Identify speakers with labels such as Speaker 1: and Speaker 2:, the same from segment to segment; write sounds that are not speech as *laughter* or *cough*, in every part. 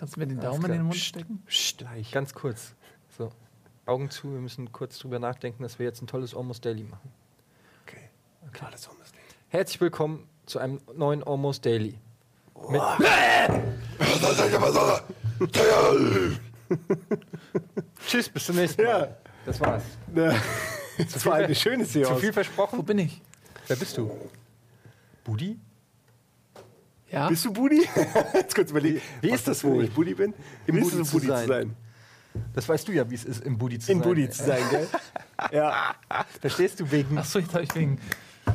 Speaker 1: Müssen wir den Daumen in den Mund stecken?
Speaker 2: Psst,
Speaker 3: Gleich.
Speaker 2: ganz kurz. So. Augen zu, wir müssen kurz drüber nachdenken, dass wir jetzt ein tolles Almost Daily machen. *laughs*
Speaker 3: Okay. Klar, das haben wir es nicht.
Speaker 2: Herzlich willkommen zu einem neuen Almost Daily. Mit Tschüss, bis zum nächsten Mal. Das war's.
Speaker 3: Das war eine schöne
Speaker 2: Zu
Speaker 3: Seance.
Speaker 2: viel
Speaker 1: Wo
Speaker 2: versprochen?
Speaker 1: bin ich?
Speaker 2: Wer bist du? Budi?
Speaker 1: Ja?
Speaker 3: Bist du Budi? Jetzt kurz überlegen. Wie
Speaker 2: Was
Speaker 3: ist das,
Speaker 2: ist
Speaker 3: wo
Speaker 2: Budi?
Speaker 3: ich Budi bin?
Speaker 2: Im
Speaker 3: Wie
Speaker 2: Budi
Speaker 3: es,
Speaker 2: zu sein? Das weißt du ja, wie es ist, im Budi zu
Speaker 3: In
Speaker 2: sein.
Speaker 3: Budi zu sein, gell? ja.
Speaker 2: *laughs* Verstehst du Hm. wegen.
Speaker 1: Achso, ich dachte, ich wegen.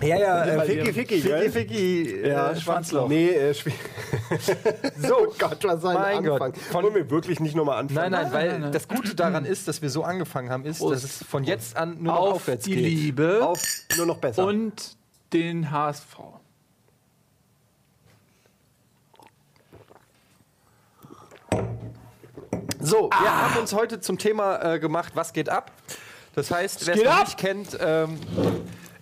Speaker 2: Ja, ja,
Speaker 3: äh, Ficki, Ficki, gell?
Speaker 2: Ficki,
Speaker 3: Ja,
Speaker 2: äh, Schwanzloch.
Speaker 3: Nee, äh, schwierig. *laughs*
Speaker 2: So,
Speaker 3: Gott, was soll ein
Speaker 2: Mein Gott.
Speaker 3: Anfang?
Speaker 2: Von-
Speaker 3: Wollen wir wirklich nicht nochmal
Speaker 2: Nein,
Speaker 3: anfangen?
Speaker 2: nein, weil
Speaker 1: nein, nein.
Speaker 2: das Gute daran ist, dass wir so angefangen haben, ist, dass es von jetzt an nur noch
Speaker 1: Auf
Speaker 2: aufwärts
Speaker 1: die
Speaker 2: geht.
Speaker 1: Liebe
Speaker 3: Auf, nur noch besser.
Speaker 1: und den HSV.
Speaker 2: So, wir
Speaker 3: Ah.
Speaker 2: haben uns heute zum Thema äh, gemacht, was geht ab. Das heißt, wer es
Speaker 1: geht
Speaker 2: noch
Speaker 1: ab?
Speaker 2: nicht kennt, ähm,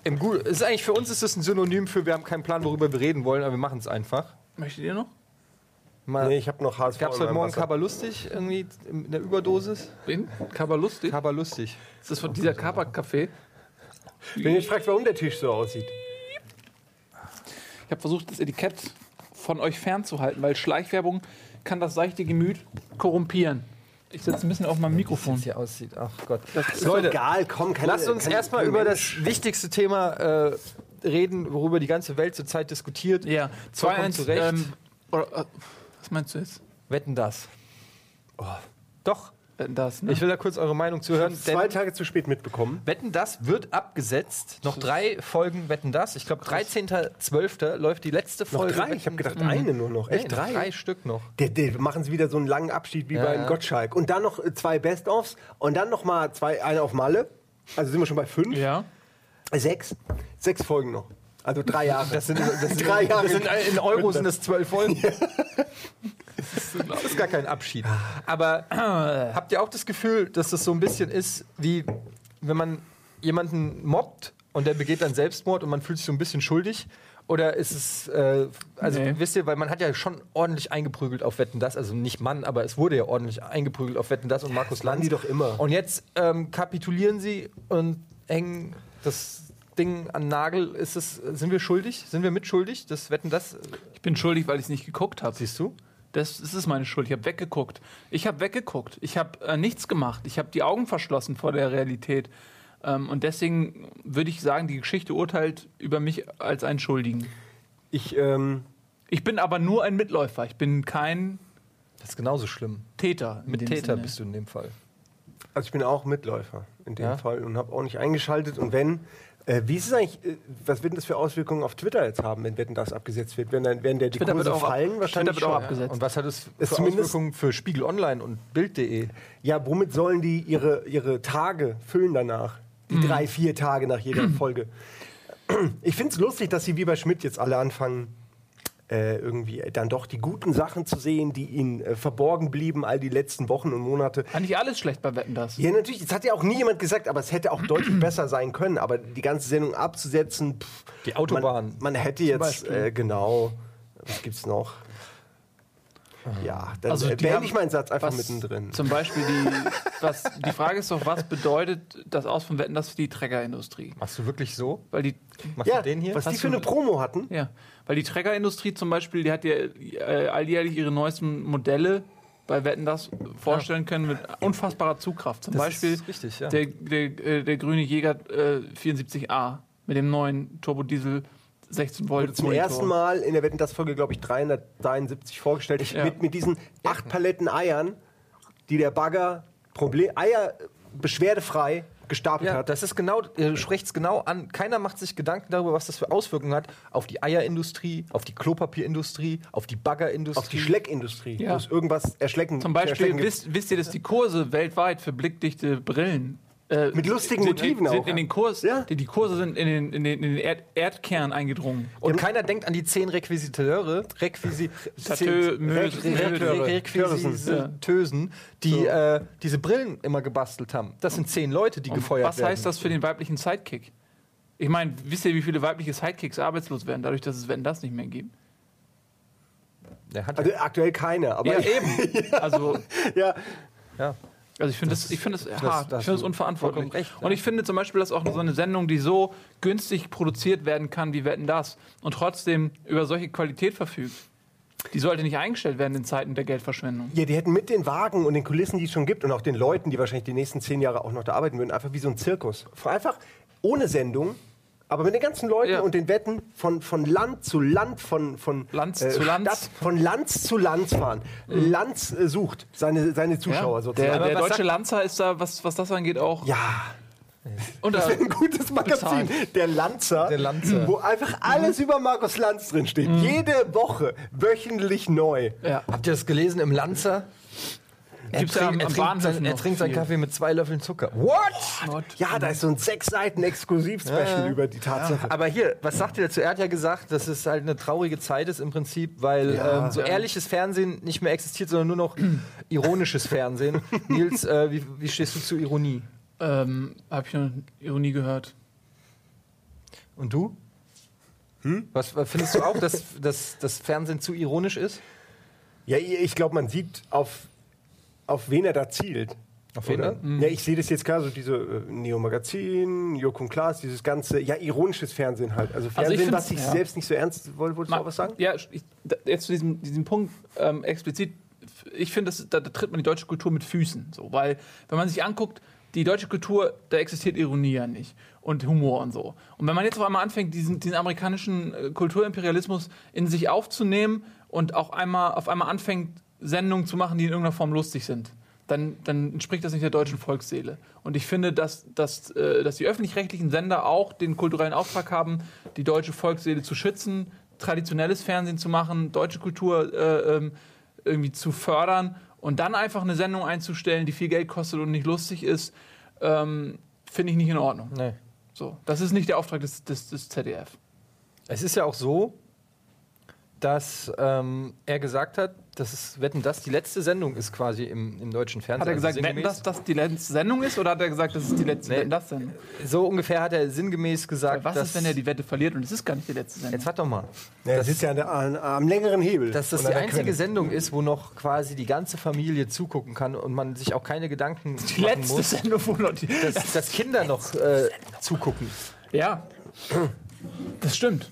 Speaker 2: im Gu es ist eigentlich für uns ist das ein Synonym für, wir haben keinen Plan, worüber wir reden wollen, aber wir machen es einfach.
Speaker 1: Möchtet ihr noch?
Speaker 2: Mal,
Speaker 3: Ah, nee, ich habe noch HSV.
Speaker 2: Gab es
Speaker 3: in
Speaker 2: heute
Speaker 3: meinem
Speaker 2: Morgen
Speaker 3: Wasser.
Speaker 2: Kabalustig irgendwie in der Überdosis?
Speaker 1: Den? Kabalustig?
Speaker 2: Kabalustig.
Speaker 1: Ist das von dieser Kabak-Café?
Speaker 3: Wenn ihr euch fragt, warum der Tisch so aussieht.
Speaker 1: Ich habe versucht, das Etikett von euch fernzuhalten, weil Schleichwerbung kann das seichte Gemüt korrumpieren. Ich sitze ein bisschen auf meinem Mikrofon.
Speaker 2: hier aussieht. Ach Gott.
Speaker 3: Ist
Speaker 2: Leute,
Speaker 3: doch egal, komm, keine,
Speaker 2: Lasst uns
Speaker 3: keine-
Speaker 2: erstmal über das wichtigste Thema äh, reden, worüber die ganze Welt zurzeit diskutiert.
Speaker 1: Ja,
Speaker 2: Vollkommen
Speaker 1: 2-1.
Speaker 2: zu Recht.
Speaker 1: Ähm, oder, äh, was meinst du jetzt?
Speaker 2: Wetten das. Oh, Doch,
Speaker 1: Äh, Das, ne?
Speaker 2: ich will da kurz eure Meinung zuhören. Denn
Speaker 3: Zwei Tage zu spät mitbekommen.
Speaker 2: Wetten das wird abgesetzt. Noch drei Folgen Wetten das. Ich glaube, 13.12. läuft die letzte Folge.
Speaker 3: Ich habe gedacht, eine nur noch.
Speaker 2: Echt drei? drei Stück noch.
Speaker 3: Der, der, machen sie wieder so einen langen Abschied wie
Speaker 2: Ja,
Speaker 3: beim
Speaker 2: ja.
Speaker 3: Gottschalk. Und dann noch äh, zwei Best-Offs und dann noch mal zwei, eine auf Malle. Also sind wir schon bei fünf,
Speaker 1: Ja.
Speaker 3: sechs, sechs Folgen noch. Also drei
Speaker 2: *laughs*
Speaker 3: Jahre.
Speaker 2: Das sind,
Speaker 3: *laughs*
Speaker 2: das sind,
Speaker 3: Drei Jahre.
Speaker 2: Das sind, in Euro sind das zwölf Folgen. *laughs* Das ist gar kein Abschied. Aber *clears throat* habt ihr auch das Gefühl, dass das so ein bisschen ist, wie wenn man jemanden mobbt und der begeht dann Selbstmord und man fühlt sich so ein bisschen schuldig? Oder ist es, äh, also
Speaker 1: Nee.
Speaker 2: wisst ihr, weil man hat ja schon ordentlich eingeprügelt auf Wetten das, also nicht Mann, aber es wurde ja ordentlich eingeprügelt auf Wetten das und Markus
Speaker 3: machen
Speaker 2: Lanz.
Speaker 3: die doch immer.
Speaker 2: Und jetzt ähm, kapitulieren sie und hängen das Ding an den Nagel. Ist es, sind wir schuldig? Sind wir mitschuldig? Das Wetten das,
Speaker 1: Ich bin schuldig, weil ich es nicht geguckt habe.
Speaker 2: siehst du?
Speaker 1: Das, das ist meine Schuld. Ich habe weggeguckt. Ich habe weggeguckt. Ich habe äh, nichts gemacht. Ich habe die Augen verschlossen vor der Realität. Ähm, und deswegen würde ich sagen, die Geschichte urteilt über mich als einen Schuldigen.
Speaker 3: Ich, ähm,
Speaker 1: Ich bin aber nur ein Mitläufer. Ich bin kein
Speaker 2: Das ist genauso schlimm.
Speaker 1: Täter. in
Speaker 2: Mit
Speaker 1: dem
Speaker 2: Täter
Speaker 1: Sinne.
Speaker 2: bist du in dem Fall.
Speaker 3: also ich bin auch Mitläufer in dem
Speaker 2: Ja.
Speaker 3: Fall und habe auch nicht eingeschaltet. Und wenn, äh, wie ist es eigentlich, äh, was wird denn das für Auswirkungen auf Twitter jetzt haben, wenn Wetten das abgesetzt wird? Wenn dann, werden der die
Speaker 1: Twitter wird
Speaker 3: Kurse
Speaker 1: auch ab-
Speaker 3: fallen
Speaker 1: Twitter
Speaker 3: wahrscheinlich
Speaker 1: wird auch ab-
Speaker 3: schon.
Speaker 1: Abgesetzt.
Speaker 2: Und was hat es
Speaker 3: Ist
Speaker 2: für
Speaker 3: zumindest-
Speaker 2: Auswirkungen für Spiegel Online und Bild.de?
Speaker 3: Ja, womit sollen die ihre, ihre Tage füllen danach? Die
Speaker 1: Mhm.
Speaker 3: drei, vier Tage
Speaker 1: *clears throat*
Speaker 3: nach jeder Folge. Ich finde es lustig, dass sie wie bei Schmidt jetzt alle anfangen, äh, irgendwie dann doch die guten Sachen zu sehen, die ihnen äh, verborgen blieben, all die letzten Wochen und Monate.
Speaker 1: Eigentlich alles schlecht bei Wetten das.
Speaker 3: Ja, natürlich, das hat ja auch nie jemand gesagt, aber es hätte auch
Speaker 1: *clears throat*
Speaker 3: deutlich besser sein können. Aber die ganze Sendung abzusetzen, pff,
Speaker 2: Die Autobahn.
Speaker 3: Man, man hätte jetzt, äh, genau, was gibt's noch? Ja, dann also,
Speaker 1: Also
Speaker 3: äh,
Speaker 1: die
Speaker 3: beende
Speaker 1: haben-
Speaker 3: ich meinen Satz einfach
Speaker 1: Was
Speaker 3: mittendrin.
Speaker 1: Zum Beispiel die, was, die Frage ist doch, was bedeutet das Aus von Wetten das für die Trägerindustrie?
Speaker 2: Machst du wirklich so?
Speaker 1: Weil die
Speaker 2: Machst
Speaker 3: Ja,
Speaker 2: du den hier?
Speaker 3: was die
Speaker 1: Hast
Speaker 3: für
Speaker 1: du-
Speaker 3: eine Promo hatten.
Speaker 1: Ja, weil die Trägerindustrie zum Beispiel, die hat ja äh, alljährlich ihre neuesten Modelle bei Wetten das vorstellen können mit unfassbarer Zugkraft. Zum
Speaker 2: Das ist
Speaker 1: Beispiel
Speaker 2: richtig, ja.
Speaker 1: der, der, äh, der grüne Jäger äh, 74a mit dem neuen Turbodiesel 16 Volt.
Speaker 3: Zum
Speaker 1: Monitor.
Speaker 3: ersten Mal in der Wetten das Folge, glaube ich, 373 vorgestellt.
Speaker 1: Ja.
Speaker 3: Mit, mit diesen acht Paletten Eiern, die der Bagger Problem, Eier äh, beschwerdefrei gestapelt
Speaker 2: Ja,
Speaker 3: hat.
Speaker 2: das ist genau, ihr sprecht es genau an. Keiner macht sich Gedanken darüber, was das für Auswirkungen hat auf die Eierindustrie, auf die Klopapierindustrie, auf die Baggerindustrie.
Speaker 3: Auf die Schleckindustrie,
Speaker 1: Ja.
Speaker 3: wo es irgendwas erschlecken
Speaker 1: Zum
Speaker 3: zu erschlecken
Speaker 1: Beispiel
Speaker 3: gibt.
Speaker 1: wisst, wisst ihr, dass die Kurse weltweit für blickdichte Brillen äh,
Speaker 3: Mit lustigen
Speaker 1: sind,
Speaker 3: Motiven
Speaker 1: sind
Speaker 3: auch,
Speaker 1: in den
Speaker 3: ja.
Speaker 1: Kurs,
Speaker 3: Ja.
Speaker 1: die, die Kurse sind in den, in den, in den Erd, Erdkern eingedrungen.
Speaker 2: Und keiner denkt an die zehn Requisiteure,
Speaker 1: *laughs*
Speaker 2: Requisi
Speaker 1: Tatö- Mö-
Speaker 2: Requisiteure, Requisiteusen, die äh, diese Brillen immer gebastelt haben. Das sind zehn Leute, die gefeuert
Speaker 1: Was
Speaker 2: werden.
Speaker 1: heißt das für den weiblichen Sidekick? Ich meine, wisst ihr, wie viele weibliche Sidekicks arbeitslos werden, dadurch, dass es wenn das nicht mehr gibt?
Speaker 2: Er hat
Speaker 3: Also aktuell keine, aber
Speaker 1: *laughs* Ja,
Speaker 3: ich,
Speaker 1: eben. Also,
Speaker 3: ja,
Speaker 2: ja,
Speaker 1: also ich finde das, ich finde das,
Speaker 2: das-
Speaker 1: hart.
Speaker 2: das
Speaker 1: ich finde das
Speaker 2: hast du
Speaker 1: unverantwortlich.
Speaker 2: vollkommen recht,
Speaker 1: Und ich finde zum Beispiel, dass auch so eine Sendung, die so günstig produziert werden kann, wie Wetten das, und trotzdem über solche Qualität verfügt, die sollte nicht eingestellt werden in Zeiten der Geldverschwendung.
Speaker 3: ja, die hätten mit den Wagen und den Kulissen, die es schon gibt und auch den Leuten, die wahrscheinlich die nächsten zehn Jahre auch noch da arbeiten würden, einfach wie so ein Zirkus. Einfach ohne Sendung, aber mit den ganzen Leuten
Speaker 1: Ja.
Speaker 3: und den Wetten von, von Land zu Land, von, von äh,
Speaker 1: Land zu Land. Mhm.
Speaker 3: Stadt, von Lanz zu Lanz fahren. Lanz äh, sucht seine, seine Zuschauer
Speaker 1: der
Speaker 3: sozusagen.
Speaker 1: der
Speaker 2: was
Speaker 1: deutsche
Speaker 2: sagt-
Speaker 1: Lanzer ist da, was, was das angeht, auch
Speaker 3: ja. *laughs*
Speaker 1: unter,
Speaker 3: ein gutes Magazin. Der Lanzer.
Speaker 2: Der Lanzer.
Speaker 3: Wo
Speaker 1: Mhm.
Speaker 3: einfach alles über Markus Lanz drinsteht. Jede Woche, wöchentlich neu.
Speaker 1: ja,
Speaker 2: Habt ihr das gelesen im Lanzer? Er
Speaker 1: Gibt's ja am-
Speaker 2: trinkt, er
Speaker 1: am
Speaker 2: trinkt,
Speaker 1: Bahnhof
Speaker 2: sein, er
Speaker 1: noch
Speaker 2: trinkt seinen
Speaker 1: viel.
Speaker 2: Kaffee mit zwei Löffeln Zucker. What?
Speaker 3: Ja, da ist so ein sechs Seiten Exklusivspecial über die Tatsache.
Speaker 2: Aber hier, was sagt ihr dazu? Er hat ja gesagt, dass es halt eine traurige Zeit ist im Prinzip, weil ähm, so ehrliches Fernsehen nicht mehr existiert, sondern nur noch ironisches Fernsehen. Nils, äh, wie, wie stehst du zu Ironie?
Speaker 1: ähm, habe ich noch Ironie gehört.
Speaker 2: Und du?
Speaker 1: Hm?
Speaker 2: Was, was findest du auch, dass, dass das Fernsehen zu ironisch ist?
Speaker 3: Ja, ich glaube, man sieht, auf, auf wen er da zielt.
Speaker 2: Auf wen
Speaker 3: Oder?
Speaker 2: denn?
Speaker 3: Ja, ich sehe das jetzt klar, so diese äh, Neo-Magazin, Joko und Klaas, dieses ganze, ja, ironisches Fernsehen halt. Also
Speaker 1: ich
Speaker 3: Fernsehen,
Speaker 1: find's-
Speaker 3: was ich
Speaker 1: ja.
Speaker 3: selbst nicht so ernst wollte, wolltest du
Speaker 1: Ma-
Speaker 3: auch was sagen?
Speaker 1: Ja, ich, da- jetzt zu diesem, diesem Punkt ähm, explizit. Ich finde, das- da, da tritt man die deutsche Kultur mit Füßen. So, weil, wenn man sich anguckt, die deutsche Kultur, da existiert Ironie ja nicht und Humor und so. Und wenn man jetzt auf einmal anfängt, diesen, diesen amerikanischen äh, Kulturimperialismus in sich aufzunehmen und auch einmal, auf einmal anfängt, Sendungen zu machen, die in irgendeiner Form lustig sind, dann, dann entspricht das nicht der deutschen Volksseele. Und ich finde, dass, dass, äh, dass die öffentlich-rechtlichen Sender auch den kulturellen Auftrag haben, die deutsche Volksseele zu schützen, traditionelles Fernsehen zu machen, deutsche Kultur äh, ähm, irgendwie zu fördern und dann einfach eine Sendung einzustellen, die viel Geld kostet und nicht lustig ist, ähm, finde ich nicht in Ordnung.
Speaker 2: Nee.
Speaker 1: So, das ist nicht der Auftrag des, des, des ZDF.
Speaker 2: Es ist ja auch so, dass ähm, er gesagt hat, dass es Wetten, dass die letzte Sendung ist quasi im, im deutschen Fernsehen.
Speaker 1: Hat er
Speaker 2: Also
Speaker 1: gesagt,
Speaker 2: sinngemäß-
Speaker 1: dass das die letzte Sendung ist oder hat er gesagt, das ist die letzte
Speaker 2: Nee.
Speaker 1: Wetten, das Sendung?
Speaker 2: So ungefähr hat er sinngemäß gesagt,
Speaker 1: Was
Speaker 2: dass
Speaker 1: ist, wenn er die Wette verliert und es ist gar nicht die letzte Sendung?
Speaker 2: Jetzt warte doch mal.
Speaker 3: Ja, er
Speaker 2: das-
Speaker 3: sitzt ja an, der- an, am längeren Hebel.
Speaker 2: Dass das
Speaker 3: und
Speaker 2: die
Speaker 3: an der
Speaker 2: einzige
Speaker 3: Quelle.
Speaker 2: Sendung ist, wo noch quasi die ganze Familie zugucken kann und man sich auch keine Gedanken
Speaker 1: die
Speaker 2: machen
Speaker 1: letzte
Speaker 2: muss,
Speaker 1: Sendung, wo noch die,
Speaker 2: dass, dass Kinder noch äh, zugucken.
Speaker 1: Ja, das stimmt.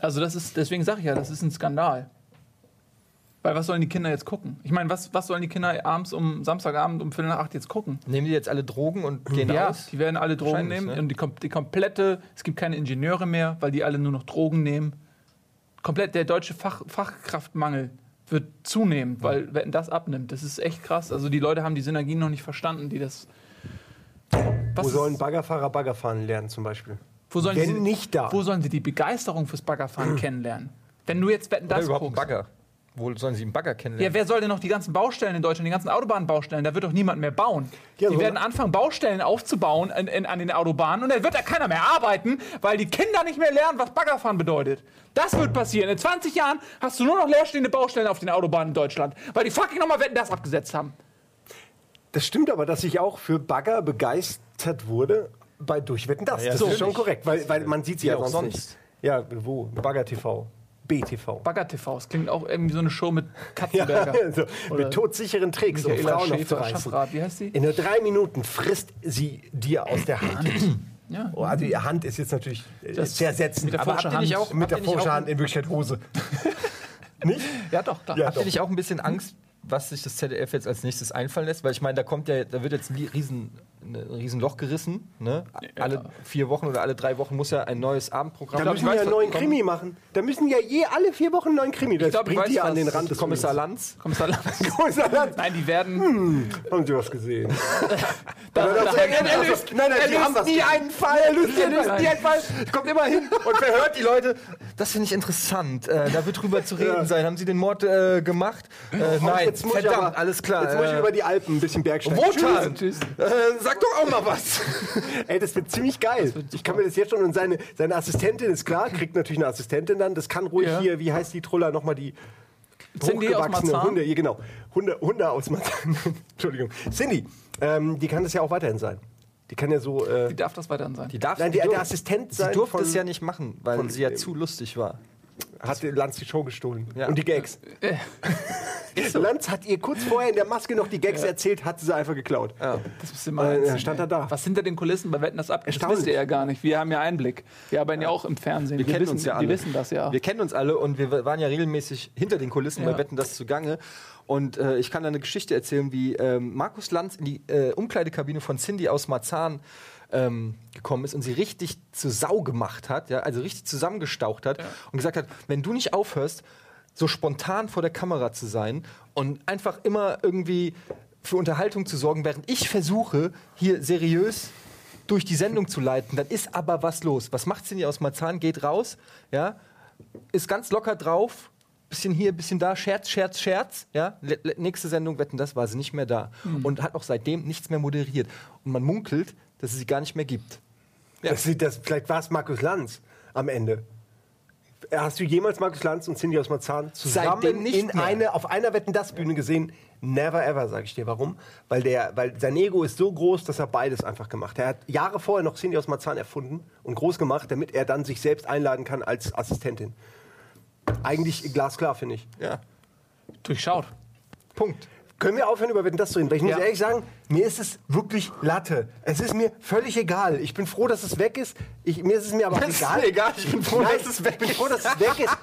Speaker 1: Also das ist, deswegen sage ich ja, das ist ein Skandal. Weil was sollen die Kinder jetzt gucken? Ich meine, was, was sollen die Kinder abends um Samstagabend um Viertel nach acht jetzt gucken?
Speaker 2: Nehmen die jetzt alle Drogen und gehen
Speaker 1: Hm. Ja,
Speaker 2: aus?
Speaker 1: die werden alle Drogen
Speaker 2: Wahrscheinlich,
Speaker 1: nehmen
Speaker 2: ne?
Speaker 1: und die, kom- die komplette, es gibt keine Ingenieure mehr, weil die alle nur noch Drogen nehmen. Komplett der deutsche Fach, Fachkraftmangel wird zunehmen, weil wenn das abnimmt, das ist echt krass. Also die Leute haben die Synergien noch nicht verstanden, die das. Was
Speaker 3: Wo
Speaker 1: ist-
Speaker 3: sollen Baggerfahrer Baggerfahren lernen zum Beispiel?
Speaker 1: Wo sollen
Speaker 3: Wenn
Speaker 1: sie,
Speaker 3: nicht da. Hm.
Speaker 1: Wo sollen sie die Begeisterung fürs Baggerfahren kennenlernen? Wenn du jetzt Wetten,
Speaker 2: Oder
Speaker 1: das
Speaker 2: überhaupt einen
Speaker 1: guckst.
Speaker 2: Bagger. Wo sollen sie einen Bagger
Speaker 1: Ja,
Speaker 2: kennenlernen?
Speaker 1: wer soll denn noch die ganzen Baustellen in Deutschland, die ganzen Autobahnbaustellen, da wird doch niemand mehr bauen.
Speaker 3: Ja,
Speaker 1: die
Speaker 3: so-
Speaker 1: werden anfangen, Baustellen aufzubauen in, in, an den Autobahnen und dann wird da keiner mehr arbeiten, weil die Kinder nicht mehr lernen, was Baggerfahren bedeutet. Das wird passieren. In 20 Jahren hast du nur noch leerstehende Baustellen auf den Autobahnen in Deutschland, weil die fucking nochmal Wetten, das abgesetzt haben.
Speaker 3: Das stimmt aber, dass ich auch für Bagger begeistert wurde bei Durchwetten das.
Speaker 2: Ja,
Speaker 3: das
Speaker 2: so.
Speaker 3: ist schon korrekt, weil, weil man sieht sie
Speaker 2: Wie
Speaker 3: ja
Speaker 2: auch
Speaker 3: sonst,
Speaker 2: sonst.
Speaker 3: nicht. Ja, wo? Bagger TV, BTV.
Speaker 1: Bagger TV, das klingt auch irgendwie so eine Show mit Katzenberger.
Speaker 3: *laughs* Ja, *laughs* so,
Speaker 1: Oder
Speaker 3: mit todsicheren Tricks, um
Speaker 1: Michaela
Speaker 3: Frauen
Speaker 1: Schäfer,
Speaker 3: aufzureißen.
Speaker 1: Schaffrath, wie heißt sie?
Speaker 3: In nur drei Minuten frisst sie dir aus
Speaker 2: *clears throat*
Speaker 3: der Hand.
Speaker 1: Ja.
Speaker 3: Oh, also ihre Hand ist jetzt natürlich äh,
Speaker 1: Das-
Speaker 3: zersetzend.
Speaker 1: mit der
Speaker 3: Aber habt
Speaker 1: Forscher
Speaker 3: ihr nicht
Speaker 1: Hand.
Speaker 3: auch mit
Speaker 2: Habt ihr
Speaker 3: der
Speaker 2: nicht auch-
Speaker 3: Forscher Hand in
Speaker 2: *laughs*
Speaker 3: Wirklichkeit Hose? nicht?
Speaker 1: ja, doch, klar.
Speaker 3: Ja,
Speaker 2: Habt ihr
Speaker 3: doch.
Speaker 2: nicht auch ein
Speaker 3: Hm?
Speaker 2: bisschen Angst, was sich das ZDF jetzt als nächstes einfallen lässt? Weil ich meine, da kommt ja, da wird jetzt ein riesen, ein riesen Loch gerissen. Ne? Alle vier Wochen oder alle drei Wochen muss ja ein neues Abendprogramm.
Speaker 3: Da
Speaker 2: Ich
Speaker 3: müssen
Speaker 2: glaub,
Speaker 3: wir
Speaker 2: ich
Speaker 3: ja
Speaker 2: weiß,
Speaker 3: einen
Speaker 2: was-
Speaker 3: neuen Krimi machen. Da müssen ja je alle vier Wochen einen neuen Krimi. Das
Speaker 2: Ich glaube, ich
Speaker 3: bringt
Speaker 2: weiß,
Speaker 3: die
Speaker 2: was
Speaker 3: an den Rand des
Speaker 2: Kommissar Lanz.
Speaker 1: Kommissar Lanz.
Speaker 3: *laughs* Kommissar Lanz.
Speaker 1: Nein, die
Speaker 3: Hm.
Speaker 1: werden.
Speaker 3: Haben Sie was *laughs* gesehen?
Speaker 1: Da,
Speaker 3: Aber das-
Speaker 1: daheim-
Speaker 3: er löst- nein, nein,
Speaker 2: er
Speaker 3: die
Speaker 2: löst
Speaker 3: haben was
Speaker 2: nie
Speaker 3: gemacht.
Speaker 2: einen Fall, er löst, er löst
Speaker 1: Nein.
Speaker 2: nie einen Fall, kommt immer hin und verhört die Leute. Das finde ich interessant, äh, da wird drüber zu reden
Speaker 3: Ja.
Speaker 2: sein. Haben sie den Mord äh, gemacht? Äh, nein,
Speaker 3: jetzt muss ich
Speaker 2: verdammt,
Speaker 3: aber-
Speaker 2: alles klar.
Speaker 3: Jetzt muss ich über die Alpen ein bisschen
Speaker 2: äh,
Speaker 3: Bergsteigen.
Speaker 2: Wotan,
Speaker 1: Tschüss.
Speaker 2: äh, sag doch auch mal was.
Speaker 3: *laughs* Ey, das wird ziemlich geil. ich kann mir das jetzt schon. Und seine, seine Assistentin ist klar, kriegt natürlich eine Assistentin dann. Das kann ruhig
Speaker 1: Ja.
Speaker 3: hier, wie heißt die Troller nochmal, die
Speaker 1: Cindy aus
Speaker 3: hochgewachsene
Speaker 1: Marzahn?
Speaker 3: Hunde. Hier, genau. Hunde, Hunde aus Marzahn. *laughs* Entschuldigung. Cindy, ähm, die kann das ja auch weiterhin sein. Die kann ja so. Äh,
Speaker 1: Wie darf das weiterhin sein?
Speaker 2: Die darf
Speaker 3: nein, die,
Speaker 2: die
Speaker 3: der
Speaker 2: durf-
Speaker 3: Assistent
Speaker 2: sie
Speaker 3: sein.
Speaker 2: durfte
Speaker 3: von-
Speaker 2: es ja nicht machen, weil
Speaker 3: von-
Speaker 2: sie ja zu lustig war.
Speaker 3: hat Lanz die Show gestohlen. Und die Gags.
Speaker 2: Äh,
Speaker 3: *laughs* Lanz hat ihr kurz vorher in der Maske noch die Gags erzählt, hat sie einfach geklaut.
Speaker 1: Das müsst ihr
Speaker 3: Äh,
Speaker 1: mal
Speaker 3: dann
Speaker 1: einzeln,
Speaker 3: stand
Speaker 1: ey.
Speaker 3: er da.
Speaker 1: Was hinter den Kulissen bei Wetten das ab? Das
Speaker 3: Erstaunlich.
Speaker 1: wisst ihr ja gar nicht. Wir haben ja Einblick. Wir arbeiten ja, auch im Fernsehen.
Speaker 2: Wir kennen
Speaker 1: wissen,
Speaker 2: uns ja alle.
Speaker 1: Wir wissen das ja.
Speaker 2: Wir kennen uns alle und wir waren ja regelmäßig hinter den Kulissen
Speaker 1: Ja.
Speaker 2: bei Wetten das zugange. Und äh, ich kann da eine Geschichte erzählen, wie ähm, Markus Lanz in die äh, Umkleidekabine von Cindy aus Marzahn ähm, gekommen ist und sie richtig zu Sau gemacht hat, ja, also richtig zusammengestaucht hat und gesagt hat, wenn du nicht aufhörst, so spontan vor der Kamera zu sein und einfach immer irgendwie für Unterhaltung zu sorgen, während ich versuche, hier seriös durch die Sendung zu leiten, dann ist aber was los. Was macht Cindy aus Marzahn? Geht raus, ja, ist ganz locker drauf. Bisschen hier, bisschen da, Scherz, Scherz, Scherz. Ja, le- le- nächste Sendung wetten, das war sie nicht mehr da. Und hat auch seitdem nichts mehr moderiert. Und man munkelt, dass es sie gar nicht mehr gibt.
Speaker 3: Das, das, vielleicht war es Markus Lanz am Ende. Hast du jemals Markus Lanz und Cindy aus Marzahn
Speaker 2: Seitdem
Speaker 3: zusammen
Speaker 2: nicht
Speaker 3: in
Speaker 2: mehr.
Speaker 3: eine, auf einer Wetten das Bühne gesehen? Never ever, sage ich dir. Warum? Weil, der, weil sein Ego ist so groß, dass er beides einfach gemacht hat. Er hat Jahre vorher noch Cindy aus Marzahn erfunden und groß gemacht, damit er dann sich selbst einladen kann als Assistentin. Eigentlich glasklar, finde ich.
Speaker 2: Ja.
Speaker 1: Durchschaut.
Speaker 2: Punkt.
Speaker 3: Können wir aufhören, über Wetten das zu reden? Weil ich muss
Speaker 1: Ja.
Speaker 3: ehrlich sagen, mir ist es wirklich Latte. Es ist mir völlig egal. Ich bin froh, dass es weg ist. Ich, mir ist es mir aber auch
Speaker 2: Das ist
Speaker 3: egal.
Speaker 2: mir egal. Ich bin froh, dass es weg
Speaker 3: Ich bin froh, dass es weg ist.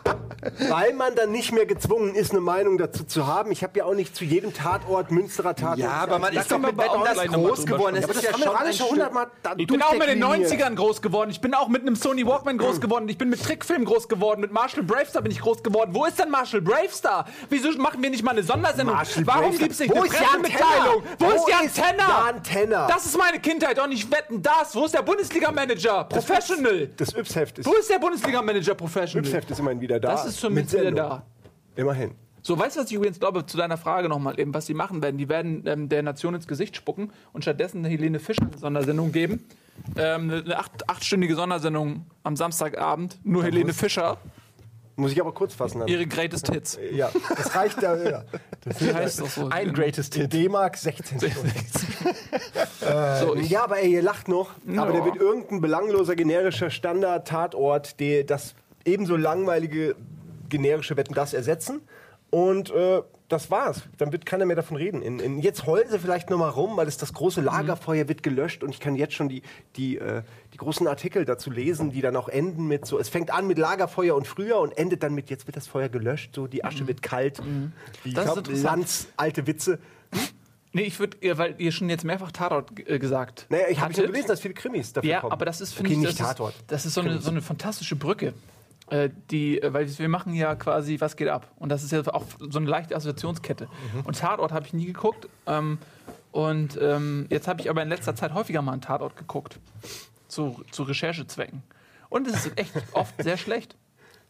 Speaker 3: Weil man dann nicht mehr gezwungen ist, eine Meinung dazu zu haben. Ich habe ja auch nicht zu jedem Tatort, Münsterer Tatort.
Speaker 1: Da ist doch können wir mit aber Wetten, auch das gleich noch mal groß drüber geworden.
Speaker 3: aber das haben wir alle schon hundertmal da
Speaker 1: Ich bin auch mit den
Speaker 3: durchdekliniert.
Speaker 1: 90ern groß geworden. Ich bin auch mit einem Sony Walkman groß geworden. Ich bin mit Trickfilmen groß geworden. Mit Marshall Bravestar bin ich groß geworden. Wo ist denn Marshall Bravestar? Wieso machen wir nicht mal eine Sondersendung?
Speaker 3: Marshall
Speaker 1: Warum
Speaker 3: Bravestar.
Speaker 1: gibt es nicht
Speaker 3: Wo
Speaker 1: eine
Speaker 3: ist Jan
Speaker 1: Pressemitteilung?
Speaker 3: Tenner?
Speaker 1: Wo,
Speaker 3: Wo
Speaker 1: ist Jan
Speaker 3: ist
Speaker 1: Tenner?
Speaker 3: Jan Tenner?
Speaker 1: Das ist meine Kindheit. Und ich wetten das. Wo ist der Bundesliga-Manager? Professional.
Speaker 3: Das Yps-Heft ist,
Speaker 1: Wo ist der Bundesliga-Manager Professional?
Speaker 3: Yps-Heft ist immerhin wieder da.
Speaker 1: Das ist zumindest
Speaker 3: Mit
Speaker 1: wieder
Speaker 3: Sendung.
Speaker 1: da.
Speaker 3: Immerhin.
Speaker 1: So, weißt du, was ich übrigens glaube, zu deiner Frage nochmal eben, was sie machen werden? Die werden ähm, der Nation ins Gesicht spucken und stattdessen eine Helene Fischer eine Sondersendung geben. Ähm, eine acht, achtstündige Sondersendung am Samstagabend, nur Helene Fischer,
Speaker 3: Muss ich aber kurz fassen. Dann.
Speaker 1: ihre Greatest Hits.
Speaker 3: Ja, das reicht da. Ja. Das
Speaker 1: Wie heißt das so? genau.
Speaker 2: Ein Greatest Hit.
Speaker 3: D-Mark 16 Stunden.
Speaker 1: *laughs* so ich,
Speaker 3: Ja, aber ey, ihr lacht noch. Aber
Speaker 1: Äh, Ja.
Speaker 3: da wird irgendein belangloser generischer Standard-Tatort, der das ebenso langweilige generische Wetten das ersetzen. Und äh, das war's. Dann wird keiner mehr davon reden. In, in, jetzt heulen sie vielleicht nochmal rum, weil es das große
Speaker 1: Mhm.
Speaker 3: Lagerfeuer wird gelöscht und ich kann jetzt schon die, die, äh, die großen Artikel dazu lesen, die dann auch enden mit so. Es fängt an mit Lagerfeuer und früher und endet dann mit jetzt wird das Feuer gelöscht, so die Asche wird kalt. Die
Speaker 1: Mhm. Das ist interessant.
Speaker 3: Lanz, alte Witze.
Speaker 1: nee, ich würde, weil ihr schon jetzt mehrfach Tatort äh, gesagt
Speaker 3: Naja, ich habe schon
Speaker 1: hattet.
Speaker 3: gelesen, dass viele Krimis dafür
Speaker 1: Ja,
Speaker 3: kommen.
Speaker 1: aber das ist, finde
Speaker 3: okay,
Speaker 1: ich,
Speaker 3: nicht
Speaker 1: das
Speaker 3: Tatort.
Speaker 1: Ist, das ist so eine, so eine fantastische Brücke. Äh, die, äh, weil wir machen ja quasi, was geht ab? Und das ist ja auch so eine leichte Assoziationskette.
Speaker 3: Mhm.
Speaker 1: Und Tatort habe ich nie geguckt. Ähm, und ähm, jetzt habe ich aber in letzter Zeit häufiger mal einen Tatort geguckt. Zu, zu Recherchezwecken. Und es ist echt oft sehr schlecht.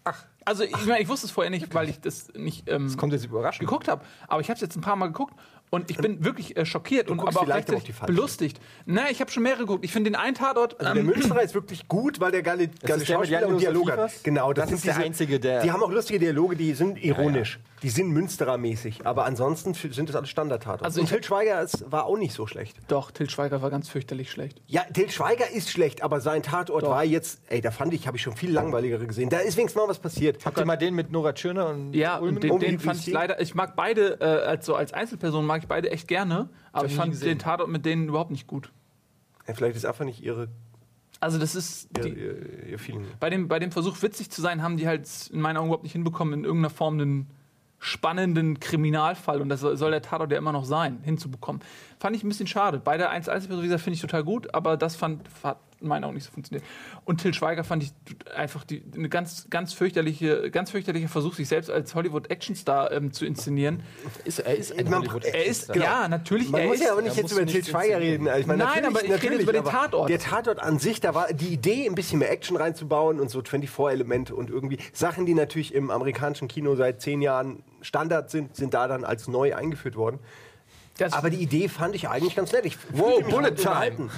Speaker 1: Ach. Also, ich meine, ich wusste es vorher nicht, weil ich das nicht. Ähm,
Speaker 2: Kommt jetzt überraschend.
Speaker 1: geguckt habe. Aber ich habe es jetzt ein paar Mal geguckt und ich bin wirklich äh, schockiert und
Speaker 3: guckst
Speaker 1: aber auch
Speaker 3: vielleicht aber auch die
Speaker 1: gleichzeitig
Speaker 3: falschen.
Speaker 1: belustigt. Na, ich habe schon mehrere geguckt. Ich finde den einen Tatort.
Speaker 3: Also der
Speaker 1: ähm,
Speaker 3: Münsterer ist wirklich gut, weil der geile, geile
Speaker 2: ist der mit
Speaker 3: Schauspieler
Speaker 2: Jan
Speaker 3: und
Speaker 2: Josef
Speaker 3: Dialog
Speaker 2: Liefers?
Speaker 3: hat. Genau,
Speaker 2: Das ist der einzige, der-
Speaker 3: Die haben auch lustige Dialoge, die sind ironisch. Die sind Münsterer-mäßig. Aber ansonsten f- sind das alles Standardtatorte.
Speaker 1: Also
Speaker 3: und
Speaker 1: ich-
Speaker 3: Til Schweiger ist, war auch nicht so schlecht.
Speaker 1: Doch, Til Schweiger war ganz fürchterlich schlecht.
Speaker 3: Ja, Til Schweiger ist schlecht, aber sein Tatort war jetzt, ey, da fand ich, habe ich schon viel langweiligere gesehen. Da ist wenigstens mal was passiert.
Speaker 2: Habt ihr mal den mit Nora Tschirner und Oh,
Speaker 1: Ja,
Speaker 2: Ulmen?
Speaker 1: und den,
Speaker 3: um
Speaker 1: den
Speaker 3: die
Speaker 1: fand ich
Speaker 3: BBC?
Speaker 1: leider. Ich mag beide, äh, also als Einzelperson mag ich beide echt gerne, aber ich fand den Tatort mit denen überhaupt nicht gut.
Speaker 3: Ja, vielleicht ist einfach nicht ihre,
Speaker 1: Also, das ist.
Speaker 3: ihr,
Speaker 1: Die,
Speaker 3: ihr, ihr Feeling.
Speaker 1: bei, dem, bei dem Versuch, witzig zu sein, haben die halt in meinen Augen überhaupt nicht hinbekommen, in irgendeiner Form einen spannenden Kriminalfall, und das soll soll der Tatort ja immer noch sein, hinzubekommen. Fand ich ein bisschen schade. Beide 1 1 wie gesagt, finde ich total gut, aber das fand, hat in meinen Augen nicht so funktioniert. Und Till Schweiger fand ich einfach die, eine ganz, ganz fürchterliche, ganz fürchterlicher Versuch, sich selbst als Hollywood-Actionstar ähm, zu inszenieren.
Speaker 2: Ist, er ist ein
Speaker 3: Man- Genau.
Speaker 2: Hollywood-Actor.
Speaker 1: Er ist, ja, natürlich,
Speaker 3: Man
Speaker 1: er
Speaker 3: muss
Speaker 1: ist.
Speaker 3: ja aber nicht
Speaker 2: da
Speaker 3: jetzt
Speaker 2: musst
Speaker 3: über
Speaker 2: du
Speaker 3: Til
Speaker 2: nicht
Speaker 3: Schweiger reden. Also Ich meine,
Speaker 1: Nein,
Speaker 3: natürlich-
Speaker 1: aber ich rede
Speaker 3: natürlich,
Speaker 1: über den
Speaker 3: aber
Speaker 1: Tatort.
Speaker 3: Der Tatort an sich, da war die Idee, ein bisschen mehr Action reinzubauen und so 24-Elemente und irgendwie Sachen, die natürlich im amerikanischen Kino seit zehn Jahren Standard sind, sind da dann als neu eingeführt worden.
Speaker 1: Das-
Speaker 3: Aber die Idee fand ich eigentlich ganz nett. Ich fühlte
Speaker 2: Wow,
Speaker 3: mich
Speaker 2: Bullet
Speaker 3: halt
Speaker 2: Time.
Speaker 3: unterhalten.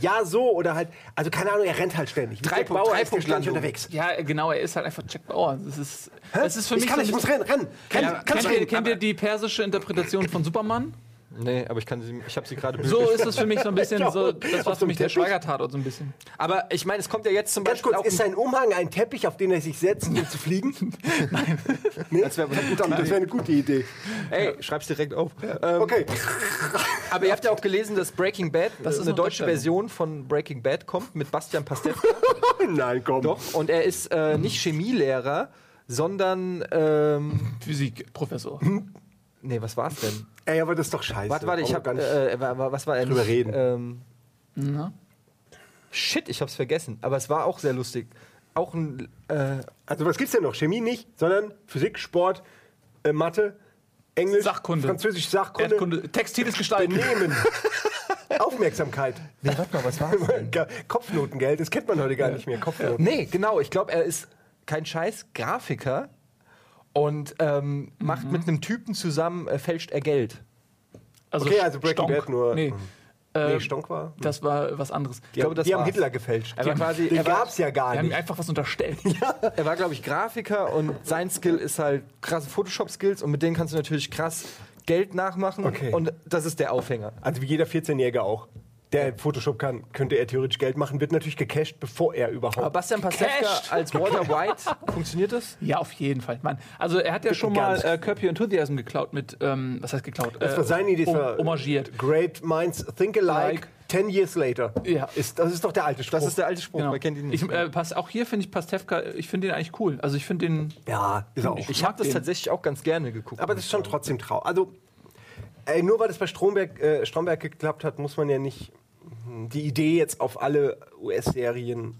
Speaker 3: Ja, so oder halt, also keine Ahnung, er rennt halt ständig.
Speaker 2: Drei
Speaker 3: Jack
Speaker 2: Punkt-
Speaker 3: Bauer
Speaker 2: drei
Speaker 3: ist
Speaker 2: Punkt
Speaker 3: ständig
Speaker 2: Landung.
Speaker 3: unterwegs.
Speaker 1: Ja, genau, er ist halt einfach Jack Bauer. Das ist, das ist für mich
Speaker 3: ich kann
Speaker 1: so
Speaker 3: nicht, ich
Speaker 1: ein
Speaker 3: muss rennen, rennen. Renn,
Speaker 1: Ja,
Speaker 3: kannst
Speaker 1: kennt, ihr,
Speaker 3: rennen.
Speaker 1: kennt ihr die persische Interpretation von Superman?
Speaker 2: Nee, aber ich kann sie, ich habe sie gerade
Speaker 1: So ist es für mich so ein bisschen
Speaker 3: *laughs* Ja,
Speaker 1: so, das war
Speaker 3: auf
Speaker 1: für
Speaker 3: dem
Speaker 1: mich der
Speaker 3: Teppich.
Speaker 1: Schweigertatort so ein bisschen.
Speaker 2: Aber ich meine, es kommt ja jetzt zum
Speaker 3: Ganz
Speaker 2: Beispiel
Speaker 3: kurz, ist
Speaker 2: auch
Speaker 3: sein Umhang ein Teppich, auf den er sich setzt, um
Speaker 2: *laughs*
Speaker 3: zu fliegen? Nein. Nee?
Speaker 2: Das
Speaker 3: Das
Speaker 2: wär
Speaker 3: wäre
Speaker 2: aber eine gute
Speaker 3: wär eine gute Idee.
Speaker 2: Ey, schreib's direkt auf. Ähm,
Speaker 3: Okay. *laughs*
Speaker 2: Aber ihr habt ja auch gelesen, dass Breaking Bad,
Speaker 1: Das
Speaker 2: dass
Speaker 1: ist
Speaker 2: eine
Speaker 1: noch
Speaker 2: deutsche
Speaker 1: Darstellung.
Speaker 2: Version von Breaking Bad kommt mit Bastian Pastewka.
Speaker 3: *laughs* Nein, komm.
Speaker 2: Doch, und er ist äh, nicht Chemielehrer, sondern ähm,
Speaker 1: Physikprofessor.
Speaker 3: Mhm.
Speaker 2: nee, was war's denn?
Speaker 3: Ey, aber das ist doch scheiße.
Speaker 2: Warte, warte, ich
Speaker 3: Warum
Speaker 2: hab äh, wa- wa- was war er?
Speaker 3: drüber
Speaker 2: nicht?
Speaker 3: reden.
Speaker 2: Ähm,
Speaker 1: Na?
Speaker 2: shit, ich hab's vergessen, aber es war auch sehr lustig. Auch ein äh,
Speaker 3: Also was gibt's denn noch? Chemie nicht, sondern Physik, Sport, äh, Mathe, Englisch,
Speaker 1: Sachkunde.
Speaker 3: Französisch, Sachkunde,
Speaker 1: Erdkunde, textiles Gestalten.
Speaker 3: Benehmen, Aufmerksamkeit, *laughs*
Speaker 2: Nee, warte mal, was war's
Speaker 3: Ge- Kopfnotengeld. Das kennt man heute gar nicht mehr. Kopfnoten.
Speaker 2: Nee, genau. Ich glaube, er ist kein Scheiß Grafiker und ähm, macht
Speaker 3: Mhm.
Speaker 2: mit einem Typen zusammen, äh, fälscht er Geld.
Speaker 1: Also
Speaker 3: Okay, also Breaking
Speaker 1: Stonk.
Speaker 3: Bad nur-
Speaker 1: Nee.
Speaker 3: Nee,
Speaker 1: Äh,
Speaker 3: Stonk war. Die,
Speaker 1: das war was anderes.
Speaker 2: glaub,
Speaker 3: haben-
Speaker 2: Ähm, das
Speaker 3: die haben
Speaker 2: war's.
Speaker 3: Hitler gefälscht.
Speaker 2: Er war quasi,
Speaker 3: Den
Speaker 2: er war,
Speaker 3: gab's ja gar
Speaker 1: Wir haben ihm
Speaker 3: nicht.
Speaker 1: einfach was
Speaker 3: *laughs*
Speaker 1: unterstellt.
Speaker 2: er war glaube ich, Grafiker und sein Skill ist halt krasse Photoshop-Skills und mit denen kannst du natürlich krass Geld nachmachen
Speaker 3: Okay.
Speaker 2: und das ist der Aufhänger.
Speaker 3: Also wie jeder 14-Jährige auch. Der Photoshop kann, könnte er theoretisch Geld machen, wird natürlich gecached, bevor er überhaupt.
Speaker 2: Aber Bastian
Speaker 1: Gecashed.
Speaker 2: Pastewka als Walter White, funktioniert das?
Speaker 1: Ja, auf jeden Fall. Mann, also er hat ja schon mal
Speaker 3: Ganz-
Speaker 1: äh, Curb Your Enthusiasm geklaut mit, ähm, was heißt geklaut?
Speaker 3: das war seine Idee. das war,
Speaker 1: um- Homagiert.
Speaker 3: Great minds think alike.
Speaker 1: Like.
Speaker 3: Ten years later.
Speaker 1: Ja.
Speaker 3: Ist, das ist doch der alte Spruch.
Speaker 2: Das ist der alte
Speaker 3: Oh,
Speaker 2: Spruch,
Speaker 1: Genau.
Speaker 2: man kennt ihn
Speaker 1: Ich,
Speaker 2: nicht.
Speaker 1: äh, pass, auch hier finde ich Pastewka, ich finde den eigentlich cool. Also ich finde den,
Speaker 3: ja, ist auch.
Speaker 2: Ich habe das
Speaker 1: den.
Speaker 2: tatsächlich auch ganz gerne geguckt.
Speaker 3: Aber das ist schon trotzdem traurig. Also, ey, nur weil das bei Stromberg, äh, Stromberg geklappt hat, muss man ja nicht hm, die Idee jetzt auf alle US-Serien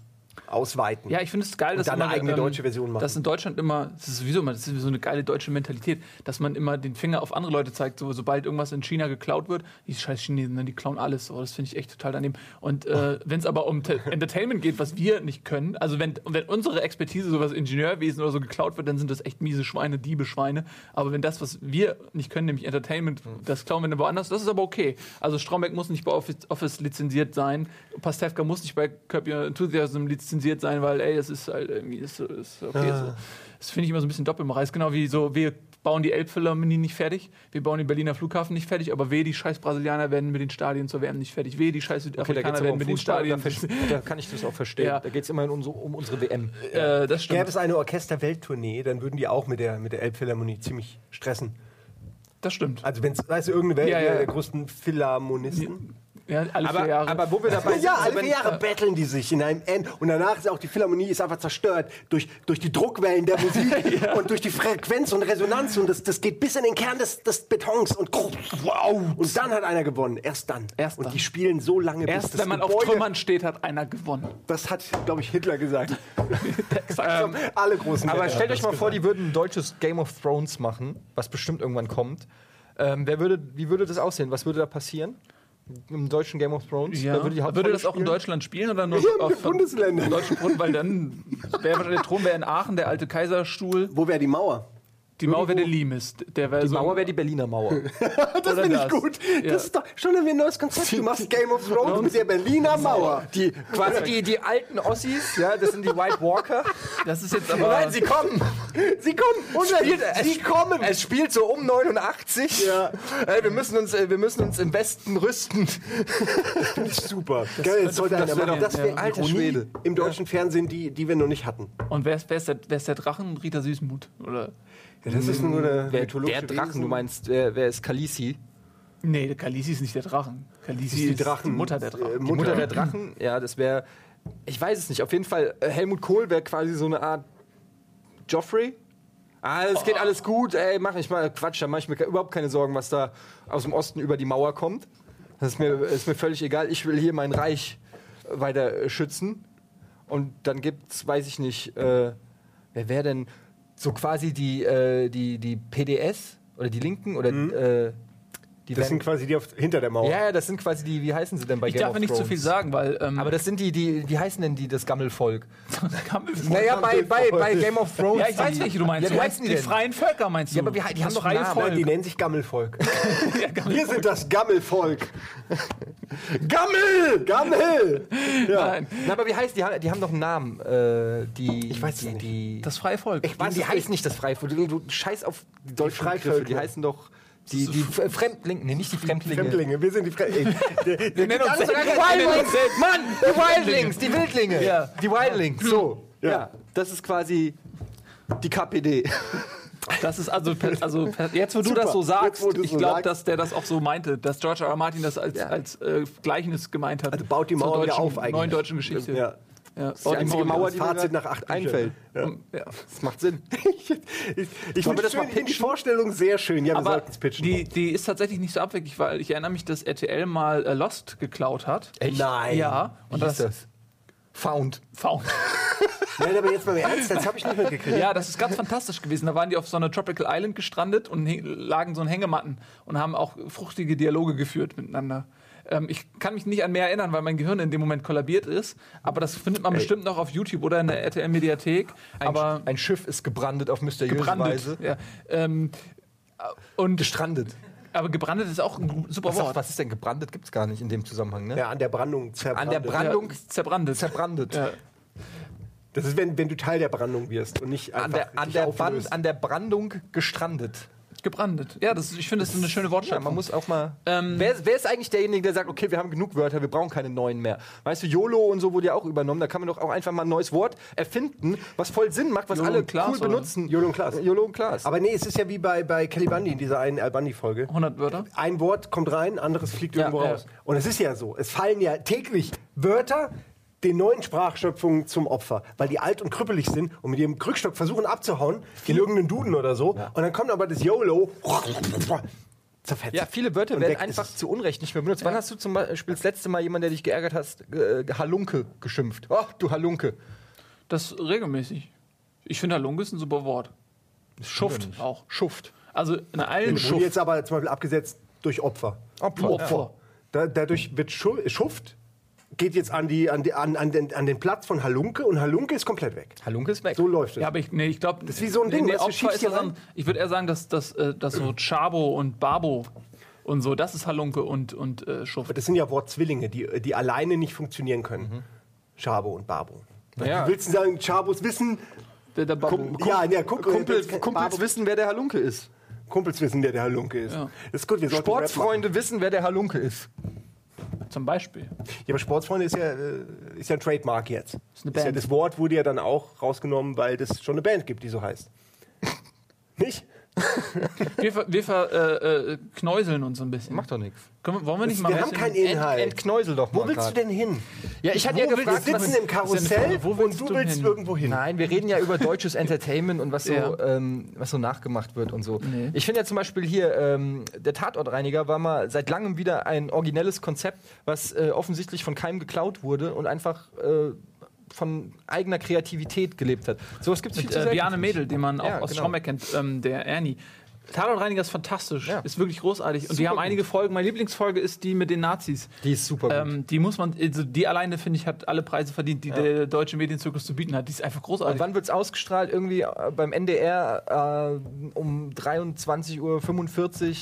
Speaker 3: ausweiten.
Speaker 1: ja, ich finde es geil, dass
Speaker 3: dann eine
Speaker 1: immer,
Speaker 3: eigene deutsche Version machen.
Speaker 1: Dass in Deutschland immer, das ist sowieso immer, das ist so eine geile deutsche Mentalität, dass man immer den Finger auf andere Leute zeigt, so, sobald irgendwas in China geklaut wird, die scheiß Chinesen, ne, die klauen alles, so, das finde ich echt total daneben. Und äh, wenn es aber um Te Entertainment geht, was wir nicht können, also wenn, wenn unsere Expertise, sowas Ingenieurwesen oder so geklaut wird, dann sind das echt miese Schweine, Diebe Schweine. Aber wenn das, was wir nicht können, nämlich Entertainment, das klauen wir dann woanders, das ist aber okay. Also Strombeck muss nicht bei Office, Office lizenziert sein, Pastewka muss nicht bei Curb Your Enthusiasm lizenziert sein, weil ey, das ist halt irgendwie, ist, so- ist okay
Speaker 2: Ah.
Speaker 1: so. Das finde ich immer so ein bisschen doppelt im Reis. Genau wie so, wir bauen die Elbphilharmonie nicht fertig, wir bauen den Berliner Flughafen nicht fertig, aber weh, die scheiß Brasilianer werden mit den Stadien zur WM nicht fertig. Weh, die scheiß
Speaker 2: Okay, da
Speaker 1: Südafrikaner
Speaker 2: geht's aber
Speaker 1: werden
Speaker 2: um
Speaker 1: mit den
Speaker 2: Fußball, da,
Speaker 1: Stadien.
Speaker 2: ver- da kann ich das auch verstehen.
Speaker 1: Ja.
Speaker 2: Da geht es immerhin um, so, um unsere WM.
Speaker 1: Äh, das
Speaker 3: Gäbe
Speaker 1: stimmt.
Speaker 3: es eine Orchester-Welttournee, dann würden die auch mit der, mit der Elbphilharmonie ziemlich stressen.
Speaker 1: Das stimmt.
Speaker 3: Also, wenn es, weißt du, irgendeine Welt
Speaker 1: Ja, ja.
Speaker 3: der größten Philharmonisten.
Speaker 1: Ja, alle vier
Speaker 2: Aber,
Speaker 1: Jahre.
Speaker 2: aber wo wir dabei sind,
Speaker 3: Ja,
Speaker 2: also
Speaker 3: alle
Speaker 2: wenn-
Speaker 3: vier Jahre betteln die sich in einem End und danach ist auch die Philharmonie ist einfach zerstört durch, durch die Druckwellen der Musik
Speaker 1: *laughs*
Speaker 3: und durch die Frequenz und Resonanz und das, das geht bis in den Kern des, des Betons und wow. Und dann hat einer gewonnen, erst dann.
Speaker 1: Erst
Speaker 3: und
Speaker 1: dann.
Speaker 3: die spielen so lange, bis
Speaker 1: Erst
Speaker 3: das
Speaker 1: wenn man auf
Speaker 3: Gebäude,
Speaker 1: Trümmern steht, hat einer gewonnen.
Speaker 3: Das hat, glaube ich,
Speaker 1: *laughs*
Speaker 3: Hitler gesagt.
Speaker 1: Ähm,
Speaker 3: *laughs* Alle großen
Speaker 2: Aber
Speaker 3: Männer
Speaker 2: stellt
Speaker 3: haben
Speaker 2: euch mal
Speaker 3: das
Speaker 2: vor,
Speaker 3: gesagt.
Speaker 2: die würden ein deutsches Game of Thrones machen, was bestimmt irgendwann kommt. Ähm, wer würde, wie würde das aussehen? Was würde da passieren? Im deutschen Game of Thrones?
Speaker 1: Ja.
Speaker 2: Wer würde, die
Speaker 1: würde
Speaker 2: Hauptrolle
Speaker 1: das auch in
Speaker 2: spielen?
Speaker 1: Deutschland spielen oder nur
Speaker 3: Ja, in
Speaker 1: auf
Speaker 3: den Bundesländern.
Speaker 1: deutschen Grund, weil dann wäre wahrscheinlich der Thron wäre in Aachen, der alte Kaiserstuhl,
Speaker 3: Wo wäre die Mauer?
Speaker 1: die Mauer wäre der Limes, der wäre
Speaker 2: Die
Speaker 1: so
Speaker 2: Mauer wäre die Berliner Mauer.
Speaker 3: Das
Speaker 1: Oder
Speaker 3: finde ich
Speaker 1: das.
Speaker 3: gut.
Speaker 1: Ja.
Speaker 3: Das ist doch schon haben wir ein neues Konzept. Du machst Game of Thrones mit der Berliner Mauer.
Speaker 2: die, *laughs* quasi die, die alten Ossis, ja, das sind die White *laughs* Walker.
Speaker 1: Das ist jetzt aber
Speaker 2: kommen!
Speaker 3: Sie kommen und
Speaker 2: sie kommen! Es spielt so um 89.
Speaker 3: Ja.
Speaker 2: Ey, wir, müssen uns, äh, wir müssen uns im Westen rüsten.
Speaker 3: Super. Geil, das sollte einer
Speaker 2: wär
Speaker 3: machen.
Speaker 2: doch-
Speaker 3: Das wäre
Speaker 1: ja.
Speaker 2: Alter
Speaker 3: Ironie
Speaker 2: Schwede.
Speaker 3: im deutschen Fernsehen, die, die wir noch nicht hatten.
Speaker 1: und wer ist, wer, ist der, wer ist der Drachen? Rita Süßmuth oder
Speaker 3: das ist nur eine
Speaker 2: Der, der Drachen, du meinst, wer, wer ist Khaleesi?
Speaker 1: Nee, der Kalisi ist nicht der Drachen. Kalisi ist
Speaker 3: die
Speaker 1: die,
Speaker 3: Drachen-
Speaker 1: Mutter der Drachen.
Speaker 3: äh,
Speaker 2: Die Mutter
Speaker 3: Mutter.
Speaker 2: der Drachen, ja, das wäre. Ich weiß es nicht. Auf jeden Fall, äh, Helmut Kohl wäre quasi so eine Art Joffrey. Ah, es
Speaker 3: Oh.
Speaker 2: geht alles gut, ey, mach ich mal Quatsch, da mache ich mir ke- überhaupt keine Sorgen, was da aus dem Osten über die Mauer kommt. Das ist mir, ist mir völlig egal. Ich will hier mein Reich äh, weiter äh, schützen. Und dann gibt's, weiß ich nicht, äh, wer wäre denn so quasi die, äh, die, die PDS oder die Linken oder äh, die
Speaker 3: Mhm. Das
Speaker 2: werden-
Speaker 3: sind quasi die auf, hinter der Mauer.
Speaker 2: ja, ja, das sind quasi die, wie heißen sie denn bei
Speaker 1: ich
Speaker 2: Game
Speaker 1: darf
Speaker 2: of
Speaker 1: mir nicht zu
Speaker 2: Thrones?
Speaker 1: viel sagen, weil ähm, *laughs*
Speaker 2: Aber das sind die, die, wie heißen denn die, das Gammelvolk?
Speaker 1: kam
Speaker 2: Naja, bei, bei, bei Game of Thrones.
Speaker 1: ja, ich weiß, welche du meinst.
Speaker 2: Ja, wie
Speaker 1: du meinst
Speaker 2: heißen die
Speaker 1: die,
Speaker 2: denn?
Speaker 1: freien Völker meinst du?
Speaker 2: Ja, aber wir- die
Speaker 1: Das
Speaker 2: haben doch
Speaker 1: freie
Speaker 2: einen Namen.
Speaker 3: Nein,
Speaker 1: Volk.
Speaker 3: die nennen sich Gammelvolk.
Speaker 1: Ja, gar nicht.
Speaker 3: Wir sind das Gammelvolk. Gammel! Gammel!
Speaker 1: Nein.
Speaker 2: Na, aber wie heißt die? haben- Die haben doch einen Namen. Äh, die, ich
Speaker 3: weiß es
Speaker 2: die,
Speaker 3: nicht.
Speaker 2: Die,
Speaker 1: Das freie Volk.
Speaker 2: die, die heißen nicht das Freifurt. Du, du scheiß auf die deutschen Begriffe.
Speaker 3: Freivölker.
Speaker 2: Die heißen doch Die, die F- Fremdlinge, nee, nicht die Fremdlinge.
Speaker 3: Fremdlinge, wir sind die Fremdlinge.
Speaker 2: Wir nennen uns Wildlings, Mann, die Wildlings, die Wildlinge.
Speaker 1: Ja.
Speaker 2: Die Wildlings, so.
Speaker 3: Ja.
Speaker 2: Ja. das ist quasi die KPD.
Speaker 1: Das ist also, per- also per- jetzt, wo du
Speaker 3: Super.
Speaker 1: das so
Speaker 3: Jetzt,
Speaker 1: sagst,
Speaker 3: wo du
Speaker 1: ich
Speaker 3: so
Speaker 1: glaube,
Speaker 3: sagst.
Speaker 1: dass der das auch so meinte, dass George R. R. Martin das als,
Speaker 2: Ja.
Speaker 1: als äh, Gleichnis gemeint hat.
Speaker 3: Also baut die
Speaker 1: Zur
Speaker 3: Mauer wieder
Speaker 1: deutschen,
Speaker 3: auf eigentlich.
Speaker 1: Neuen deutschen Geschichte.
Speaker 3: Ja.
Speaker 1: Ja,
Speaker 2: die
Speaker 1: baut
Speaker 2: einzige
Speaker 1: Mauer
Speaker 2: Mauer,
Speaker 3: Das
Speaker 2: die mir
Speaker 3: Fazit
Speaker 2: grad
Speaker 3: nach acht
Speaker 2: einfällt.
Speaker 3: Büchern. Ja.
Speaker 1: wieder auf. Ja.
Speaker 2: Das macht Sinn.
Speaker 3: Ich, ich
Speaker 2: Sollen
Speaker 3: finde
Speaker 2: wir das mal
Speaker 3: schön- die
Speaker 2: pitchen?
Speaker 3: Vorstellung sehr schön. Ja, wir
Speaker 1: Aber
Speaker 3: sollten es pitchen.
Speaker 1: die, die ist tatsächlich nicht so abwegig, weil ich erinnere mich, dass RTL mal äh, Lost geklaut hat.
Speaker 2: Echt?
Speaker 3: Nein.
Speaker 1: Ja,
Speaker 2: Und
Speaker 1: und
Speaker 2: das,
Speaker 1: das
Speaker 2: das? Found.
Speaker 1: Found.
Speaker 3: Nein, aber jetzt mal im ernst, das habe ich nicht mitgekriegt.
Speaker 1: Ja, das ist ganz fantastisch gewesen. Da waren die auf so einer Tropical Island gestrandet und hing- lagen so in Hängematten und haben auch fruchtige Dialoge geführt miteinander. Ähm, ich kann mich nicht an mehr erinnern, weil mein Gehirn in dem Moment kollabiert ist. Aber das findet man bestimmt noch auf YouTube oder in der RTL-Mediathek.
Speaker 2: Ein,
Speaker 1: Aber
Speaker 2: ein Schiff ist gebrandet auf mysteriöse Weise.
Speaker 1: gebrandet. Ja. Ähm, und,
Speaker 2: Gestrandet.
Speaker 1: aber gebrandet ist auch ein gu- super
Speaker 2: Was, sagt-
Speaker 1: Wort.
Speaker 2: was ist denn gebrandet? Gibt es gar nicht in dem Zusammenhang, ne?
Speaker 3: Ja, an der Brandung zerbrannt.
Speaker 2: An der Brand- Brandung?
Speaker 1: Ja, zerbrandet.
Speaker 2: Zerbrandet.
Speaker 1: Ja.
Speaker 3: Das ist, wenn, wenn du Teil der Brandung wirst und nicht
Speaker 2: An,
Speaker 3: einfach
Speaker 2: der, an,
Speaker 3: dich
Speaker 2: der
Speaker 3: auflöst.
Speaker 2: Band, an der Brandung gestrandet.
Speaker 1: Gebrandet. Ja, das, ist- ich finde, das ist eine schöne
Speaker 2: Ja,
Speaker 1: Wortschöpfung.
Speaker 2: man muss auch mal.
Speaker 1: Ähm,
Speaker 2: wer, ist- wer ist eigentlich derjenige, der sagt, okay, wir haben genug Wörter, wir brauchen keine neuen mehr? Weißt du, YOLO und so wurde ja auch übernommen. Da kann man doch auch einfach mal ein neues Wort erfinden, was voll Sinn macht, was
Speaker 1: YOLO
Speaker 2: alle
Speaker 1: und Klaas,
Speaker 2: cool
Speaker 1: oder?
Speaker 2: benutzen.
Speaker 3: YOLO und Klaas.
Speaker 2: YOLO und Klaas.
Speaker 3: Aber nee, es ist ja wie bei, bei Kelly Bundy in dieser einen Al Bundy-Folge.
Speaker 1: 100 Wörter.
Speaker 3: Ein Wort kommt rein, anderes fliegt
Speaker 1: Ja,
Speaker 3: irgendwo
Speaker 1: ja.
Speaker 3: raus. Und es ist ja so, es fallen ja täglich Wörter den neuen Sprachschöpfungen zum Opfer, weil die alt und krüppelig sind und mit ihrem Krückstock versuchen abzuhauen in irgendeinen Duden oder so. Und dann kommt aber das YOLO. Zerfetzt.
Speaker 2: ja, viele Wörter
Speaker 3: Und
Speaker 2: werden
Speaker 3: weg ist
Speaker 2: einfach
Speaker 3: es.
Speaker 2: zu Unrecht nicht mehr benutzt. Wann hast du zum Beispiel das letzte Mal jemanden, der dich geärgert hast, äh, Halunke geschimpft? Ach, du Halunke.
Speaker 1: Das regelmäßig. Ich finde, Halunke ist ein super Wort. Schuft auch.
Speaker 2: Schuft.
Speaker 1: Also in allen
Speaker 3: Wurde
Speaker 1: Schuft.
Speaker 3: jetzt aber zum Beispiel abgesetzt durch Opfer.
Speaker 2: Opfer.
Speaker 1: Opfer.
Speaker 3: Da, dadurch wird Schu Schuft geht jetzt an, die, an, die, an, an, den, an den Platz von Halunke und Halunke ist komplett weg.
Speaker 2: Ja. Halunke ist weg.
Speaker 3: So läuft es.
Speaker 1: Ja, aber ich, nee, ich glaube, das
Speaker 3: ist wie so ein Ding, weißt du,
Speaker 1: Opfer
Speaker 3: schiebst
Speaker 1: ist
Speaker 3: hier
Speaker 1: das an,
Speaker 3: rein.
Speaker 1: ich würde eher sagen, dass, dass, äh, dass so Chabo und Babo und so, das ist Halunke und, und äh,
Speaker 3: Aber
Speaker 1: Schuft.
Speaker 3: das sind ja Wortzwillinge, die, die alleine nicht funktionieren können. Schabo und Babo.
Speaker 2: Ja.
Speaker 3: Du willst denn sagen, Schabos wissen,
Speaker 1: Der, der Babo.
Speaker 3: Kump ja, ja, guck,
Speaker 2: Kumpel,
Speaker 3: jetzt-
Speaker 2: Kumpels
Speaker 3: Babo-
Speaker 2: wissen, wer der Halunke ist.
Speaker 3: Kumpels wissen, der der Halunke ist.
Speaker 1: Ja.
Speaker 3: Das ist gut, wir sollten Rap
Speaker 2: Sportsfreunde wissen, wer der Halunke ist.
Speaker 1: Zum Beispiel.
Speaker 3: machen. Ja, aber Sportsfreunde ist ja, äh, ist ja ein Trademark jetzt.
Speaker 1: Ist eine
Speaker 3: ja,
Speaker 1: Band.
Speaker 3: das Wort wurde ja dann auch rausgenommen, weil es schon eine Band gibt, die so heißt. nicht?
Speaker 1: Wir, ver, wir ver, äh, äh, knäuseln uns so ein bisschen.
Speaker 2: Macht doch nichts.
Speaker 1: Können, wir- wollen wir nicht mal
Speaker 3: wir
Speaker 1: ein
Speaker 3: haben
Speaker 1: bisschen-
Speaker 3: keinen Inhalt.
Speaker 2: Entknäusel doch mal.
Speaker 3: Wo willst du
Speaker 2: grad.
Speaker 3: denn hin?
Speaker 2: Ja, ich hatte
Speaker 3: Wo
Speaker 2: ja
Speaker 3: willst-
Speaker 2: gefragt,
Speaker 3: wir
Speaker 2: was,
Speaker 3: sitzen im Karussell
Speaker 1: Frage. Wo willst
Speaker 3: und du
Speaker 1: du
Speaker 3: willst
Speaker 1: hin?
Speaker 3: irgendwo hin.
Speaker 2: Nein, wir reden ja über deutsches Entertainment und was so,
Speaker 1: Ja.
Speaker 2: ähm, was so nachgemacht wird und so.
Speaker 1: Nee.
Speaker 2: Ich finde ja zum Beispiel hier, ähm, der Tatortreiniger war mal seit langem wieder ein originelles Konzept, was äh, offensichtlich von keinem geklaut wurde und einfach äh, von eigener Kreativität gelebt hat. Sowas gibt es viel
Speaker 1: mit
Speaker 2: zu
Speaker 1: äh,
Speaker 2: selten,
Speaker 1: Biane
Speaker 2: finde ich.
Speaker 1: Mädel, die man auch
Speaker 2: Ja,
Speaker 1: aus
Speaker 2: genau.
Speaker 1: Schomberg kennt, ähm, der Ernie. Tatortreiniger ist fantastisch,
Speaker 2: Ja.
Speaker 1: ist wirklich großartig. Und die
Speaker 2: Super
Speaker 1: haben
Speaker 2: gut.
Speaker 1: einige Folgen. Meine Lieblingsfolge ist die mit den Nazis.
Speaker 2: Die ist super gut.
Speaker 1: Ähm, die muss man, also die alleine, finde ich, hat alle Preise verdient, die der deutsche Medienzirkus zu bieten hat. Die ist einfach
Speaker 2: Und
Speaker 1: großartig.
Speaker 2: wann wird es ausgestrahlt? Irgendwie äh, beim NDR äh, um 23.45 Uhr.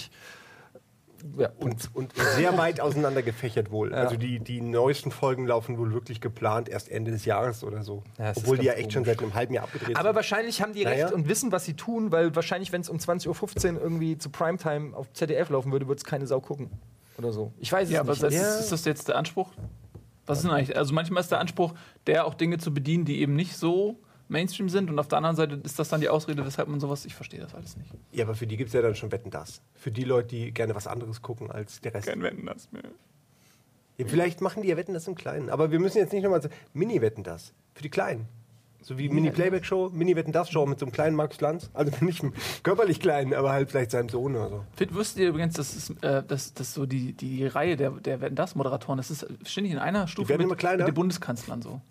Speaker 2: Ja,
Speaker 3: Und, und sehr weit auseinander gefächert wohl. Also die, die neuesten Folgen laufen wohl wirklich geplant erst Ende des Jahres oder so.
Speaker 2: Ja, das ist
Speaker 3: Obwohl die ja
Speaker 2: ganz
Speaker 3: echt schon seit einem halben Jahr abgedreht
Speaker 2: Aber
Speaker 3: sind.
Speaker 2: wahrscheinlich haben die
Speaker 3: Naja.
Speaker 2: recht und wissen, was sie tun, weil wahrscheinlich, wenn es um 20.15 Uhr irgendwie zu Primetime auf ZDF laufen würde, würde es keine Sau gucken. Oder so. Ich weiß es
Speaker 1: ja, aber
Speaker 2: nicht.
Speaker 1: das
Speaker 2: Ja.
Speaker 1: ist, ist das jetzt der Anspruch? Was ist denn eigentlich? Also manchmal ist der Anspruch, der auch Dinge zu bedienen, die eben nicht so Mainstream sind. Und auf der anderen Seite ist das dann die Ausrede, weshalb man sowas. Ich verstehe das alles nicht.
Speaker 3: Ja, aber für die gibt es ja dann schon Wetten das. Für die Leute, die gerne was anderes gucken als der Rest.
Speaker 1: Wenden das mehr.
Speaker 3: Ja, vielleicht machen die ja Wetten das im Kleinen. Aber wir müssen jetzt nicht nochmal. so- Mini-Wetten das. Für die Kleinen. So wie Mini-Playback-Show, Mini-Wetten das Show mit so einem kleinen Markus Lanz. Also *laughs* nicht körperlich kleinen, aber halt vielleicht seinem Sohn oder so.
Speaker 1: Fit, wusstet ihr übrigens, dass es, äh, dass, dass so die, die Reihe der, der Werden das Moderatoren, das ist ständig in einer Stufe
Speaker 3: werden
Speaker 1: mit,
Speaker 3: immer kleiner. Mhm.
Speaker 1: mit den Bundeskanzlern so.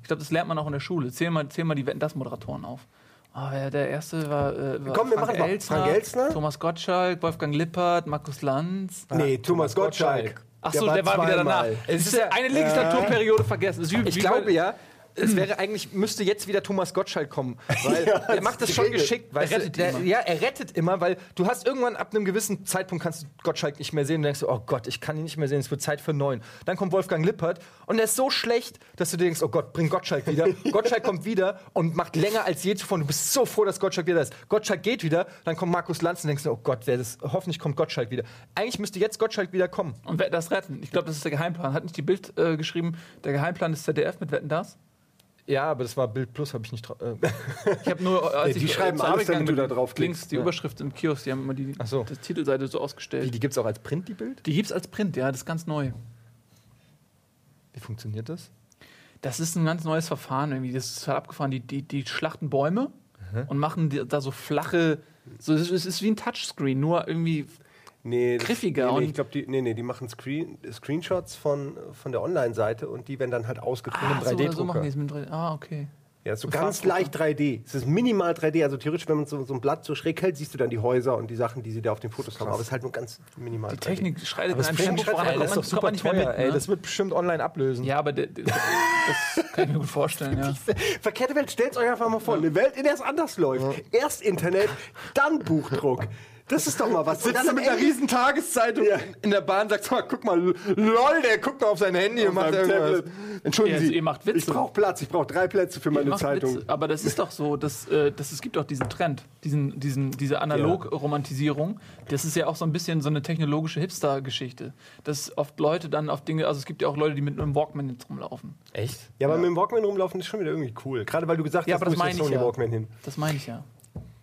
Speaker 1: Ich glaube, das lernt man auch in der Schule. Zähl mal, zähl mal die Werden das Moderatoren auf. Ah, wer- der erste war, äh, war
Speaker 3: Komm, wir machen mal Frank Elstner.
Speaker 1: Thomas Gottschalk, Wolfgang Lippert, Markus Lanz.
Speaker 3: Ah. Nee, Thomas, Gottschalk.
Speaker 2: Gottschalk.
Speaker 1: Ach so, der war, wieder danach.
Speaker 3: zweimal. Äh.
Speaker 1: Es ist ja eine Legislaturperiode vergessen. Das ist wie-
Speaker 2: ich
Speaker 1: wie
Speaker 2: glaube
Speaker 1: bei- Hm.
Speaker 2: ja, es wäre eigentlich, müsste jetzt wieder Thomas Gottschalk kommen.
Speaker 1: *laughs*
Speaker 2: Weil
Speaker 3: Ja,
Speaker 2: er macht das schon
Speaker 3: geregelt.
Speaker 2: geschickt. Weißt
Speaker 1: Er
Speaker 2: du,
Speaker 1: rettet
Speaker 2: der,
Speaker 1: immer.
Speaker 2: Ja, er rettet immer, weil du hast irgendwann ab einem gewissen Zeitpunkt kannst du Gottschalk nicht mehr sehen und denkst, oh Gott, ich kann ihn nicht mehr sehen, es wird Zeit für einen neuen. Dann kommt Wolfgang Lippert und er ist so schlecht, dass du dir denkst, oh Gott, bring
Speaker 1: *laughs*
Speaker 2: Gottschalk wieder. Gottschalk kommt wieder und macht länger als je zuvor. Du bist so froh, dass Gottschalk wieder da ist. Gottschalk geht wieder, dann kommt Markus Lanz und denkst, dir, oh Gott, wer das, hoffentlich kommt Gottschalk wieder. Eigentlich müsste jetzt Gottschalk wieder kommen.
Speaker 1: Und wer das retten? Ich glaube, das ist der Geheimplan. Hat nicht die Bild äh, geschrieben, der Geheimplan des ZDF mit Wetten das?
Speaker 2: Ja, aber das war Bild Plus, habe ich nicht. dra- Äh,
Speaker 1: *laughs* Ich habe nur, als
Speaker 3: Nee, die
Speaker 1: ich
Speaker 3: schreiben
Speaker 1: zur
Speaker 3: alles,
Speaker 1: Arbeit gegangen
Speaker 3: damit du
Speaker 1: bin,
Speaker 3: da draufklickst.
Speaker 1: Links, die
Speaker 2: Ja.
Speaker 1: Überschrift im Kiosk, die haben immer die,
Speaker 2: ne? Ach so.
Speaker 1: die Titelseite so ausgestellt.
Speaker 2: die die gibt es auch als Print, die Bild?
Speaker 1: Die gibt's als Print, ja, das ist ganz neu.
Speaker 2: Wie funktioniert das?
Speaker 1: Das ist ein ganz neues Verfahren irgendwie. Das ist total abgefahren. Die, die, die schlachten Bäume und machen die, da so flache. So, es ist, es ist wie ein Touchscreen, nur
Speaker 2: Ah,
Speaker 1: irgendwie.
Speaker 3: Nee, das-
Speaker 1: Griffiger
Speaker 3: Nee,
Speaker 1: und-
Speaker 3: nee, ich glaube, die, nee, nee, die machen Screen, Screenshots von, von der Online-Seite und die werden dann halt ausgedruckt.
Speaker 1: Ah, so, so
Speaker 2: 3D-Drucker.
Speaker 1: machen die es mit 3D. Ah, okay.
Speaker 3: Ja, so
Speaker 1: Ein
Speaker 3: ganz
Speaker 1: Farbdrucker.
Speaker 3: leicht 3D. Es ist minimal 3D. Also theoretisch, wenn man so, so ein Blatt so schräg hält, siehst du dann die Häuser und die Sachen, die sie da auf den Fotos haben. Aber es ist halt nur ganz minimal.
Speaker 1: Die Technik schreitet
Speaker 2: Aber
Speaker 1: in
Speaker 2: das
Speaker 1: einem
Speaker 2: bringt
Speaker 1: Tempo voran, da
Speaker 2: ey,
Speaker 1: kommt
Speaker 2: das ist
Speaker 1: man- kommt
Speaker 2: doch super
Speaker 1: man
Speaker 2: nicht
Speaker 1: nicht
Speaker 2: teuer,
Speaker 1: mehr
Speaker 2: mit, ne? ey.
Speaker 1: mit.
Speaker 2: Das wird bestimmt online ablösen.
Speaker 1: Ne? Ja, aber der, der, das kann ich mir gut
Speaker 2: *laughs*
Speaker 1: vorstellen, ja.
Speaker 3: 3D. Verkehrte Welt, stellt euch einfach mal vor. Eine Welt, in der es anders läuft. Erst Internet, dann Buchdruck. Das ist doch mal was. Und
Speaker 2: Sitzt
Speaker 3: dann
Speaker 2: du
Speaker 3: am
Speaker 2: mit einer
Speaker 3: Ende-
Speaker 2: riesen Tageszeitung
Speaker 3: Ja.
Speaker 2: in der Bahn, sagst mal, guck mal, lol, der guckt mal auf sein Handy und macht
Speaker 3: seinem
Speaker 2: irgendwas.
Speaker 3: Entschuldigen
Speaker 1: Ja,
Speaker 3: Sie,
Speaker 1: ihr macht
Speaker 3: ich
Speaker 1: Witze.
Speaker 3: brauche Platz. Ich brauche drei Plätze für meine
Speaker 1: Macht
Speaker 3: Zeitung.
Speaker 1: Witze. Aber das ist doch so, dass, äh, das, es gibt doch diesen Trend, diesen, diesen, diese Analog-Romantisierung. Das ist ja auch so ein bisschen so eine technologische Hipster-Geschichte. Dass oft Leute dann auf Dinge, also es gibt ja auch Leute, die mit einem Walkman jetzt rumlaufen.
Speaker 2: Echt?
Speaker 3: Ja, aber mit dem Walkman rumlaufen ist schon wieder irgendwie cool. Gerade weil du gesagt
Speaker 1: Ja,
Speaker 3: hast,
Speaker 1: aber das
Speaker 3: wo ist der
Speaker 1: meine ich
Speaker 3: Sony
Speaker 1: ja.
Speaker 3: Walkman hin?
Speaker 1: Das meine ich ja.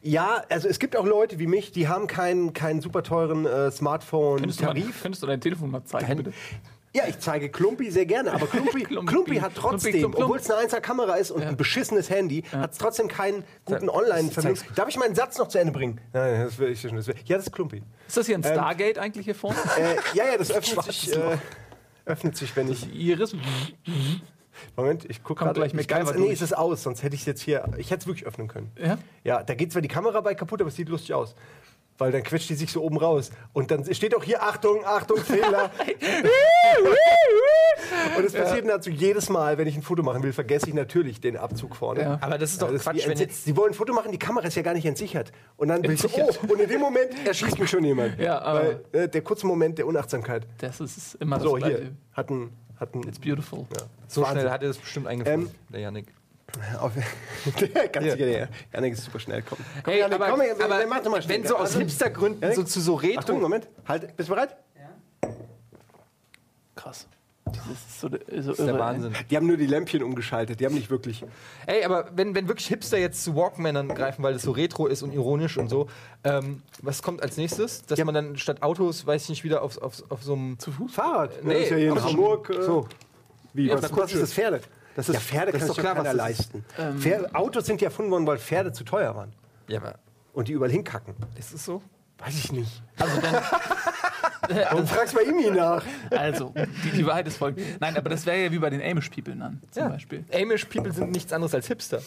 Speaker 3: Ja, also es gibt auch Leute wie mich, die haben keinen, keinen super teuren äh,
Speaker 1: Könntest du, mal,
Speaker 3: Smartphone-Tarif.
Speaker 1: könntest du dein Telefon mal zeigen, bitte?
Speaker 3: Ja, ich zeige Klumpi sehr
Speaker 1: *laughs*
Speaker 3: gerne, aber Klumpi,
Speaker 1: Klumpi.
Speaker 3: Klumpi, hat trotzdem,
Speaker 1: Klumpi, klump, klump.
Speaker 3: obwohl es eine einzelne Kamera ist und ein beschissenes Handy, hat es trotzdem keinen guten Online-Vermögen. Darf ich meinen Satz noch zu Ende bringen? Nein, das will ich schon. Das will. Ja, das ist Klumpi.
Speaker 1: Ist das hier ein Stargate eigentlich hier vorne?
Speaker 3: Äh, ja, ja, das öffnet
Speaker 1: Schwarzes
Speaker 3: sich, äh, öffnet sich, wenn ich.
Speaker 1: Iris.
Speaker 3: Moment, ich gucke
Speaker 1: Kommt
Speaker 3: gerade.
Speaker 1: gleich
Speaker 3: ich
Speaker 1: MacGyver
Speaker 3: kann's-
Speaker 1: durch.
Speaker 3: Nee, es ist aus, sonst hätte ich es jetzt hier. Ich hätte es wirklich öffnen können.
Speaker 1: Ja?
Speaker 3: Ja, da geht zwar die Kamera bei kaputt, aber es sieht lustig aus. Weil dann quetscht die sich so oben raus. Und dann steht auch hier, Achtung,
Speaker 1: *laughs*
Speaker 3: Achtung, Fehler. *laughs* und es passiert dazu jedes Mal, wenn ich ein Foto machen will, vergesse ich natürlich den Abzug vorne.
Speaker 1: Ja.
Speaker 2: Aber das ist doch
Speaker 3: Also das ist
Speaker 2: Quatsch,
Speaker 3: wie
Speaker 2: wenn
Speaker 3: entsi-
Speaker 2: jetzt.
Speaker 3: Sie wollen ein Foto machen, die Kamera ist ja gar nicht entsichert. Und dann willst du,
Speaker 1: Entsichert.
Speaker 3: oh, und in dem Moment erschießt mich schon jemand.
Speaker 1: Ja, aber-
Speaker 3: Weil, äh, der kurze Moment der Unachtsamkeit.
Speaker 1: Das ist immer das
Speaker 3: So,
Speaker 1: Gleiche.
Speaker 3: hier, hat ein, hat ein
Speaker 1: It's beautiful.
Speaker 3: ja,
Speaker 2: So
Speaker 3: Wahnsinn.
Speaker 2: schnell hat er das bestimmt eingefangen, der Janik.
Speaker 3: Auf, *laughs* der ganz sicher, der Janik ist super schnell. Komm, komm
Speaker 2: Ey,
Speaker 3: Janik,
Speaker 2: aber-
Speaker 3: komm, Janik,
Speaker 2: aber
Speaker 3: mach doch mal schnell.
Speaker 2: wenn so aus
Speaker 3: Also,
Speaker 2: Hipstergründen
Speaker 3: Janik,
Speaker 2: so zu so Retro-
Speaker 3: Achtung, Moment. Halt, bist du bereit?
Speaker 1: Krass. Das ist so, so
Speaker 2: Das ist der Wahnsinn.
Speaker 3: Die haben nur die Lämpchen umgeschaltet. Die haben nicht wirklich.
Speaker 2: Ey, aber wenn, wenn wirklich Hipster jetzt zu Walkmanern greifen, weil das so retro ist und ironisch und so, ähm, was kommt als nächtes? Dass man dann statt Autos, weiß ich nicht, wieder auf, auf, auf so einem.
Speaker 1: Zu Fuß?
Speaker 3: Fahrrad.
Speaker 2: Nee,
Speaker 3: das ist ja hier in
Speaker 2: aber-
Speaker 3: Hamburg. Äh,
Speaker 2: so.
Speaker 3: Wie,
Speaker 2: Ja,
Speaker 3: was,
Speaker 2: auf einer
Speaker 3: was ist das Pferde? Das ist, ja, Pferde
Speaker 2: das
Speaker 3: kann
Speaker 2: ist
Speaker 3: sich
Speaker 2: doch klar,
Speaker 3: keiner
Speaker 2: was das
Speaker 3: leisten. Pferde, Autos sind ja erfunden worden, weil Pferde zu teuer waren.
Speaker 2: Ja, aber
Speaker 3: Und die überall hinkacken.
Speaker 2: ist es so?
Speaker 3: Weiß ich nicht.
Speaker 1: Also dann.
Speaker 3: Warum fragst du bei ihm nach?
Speaker 1: Also, die, die Wahrheit ist folgende. Nein, aber das wäre ja wie bei den Amish People dann, zum
Speaker 2: ja.
Speaker 1: Beispiel.
Speaker 2: Amish People sind nichts anderes als Hipster.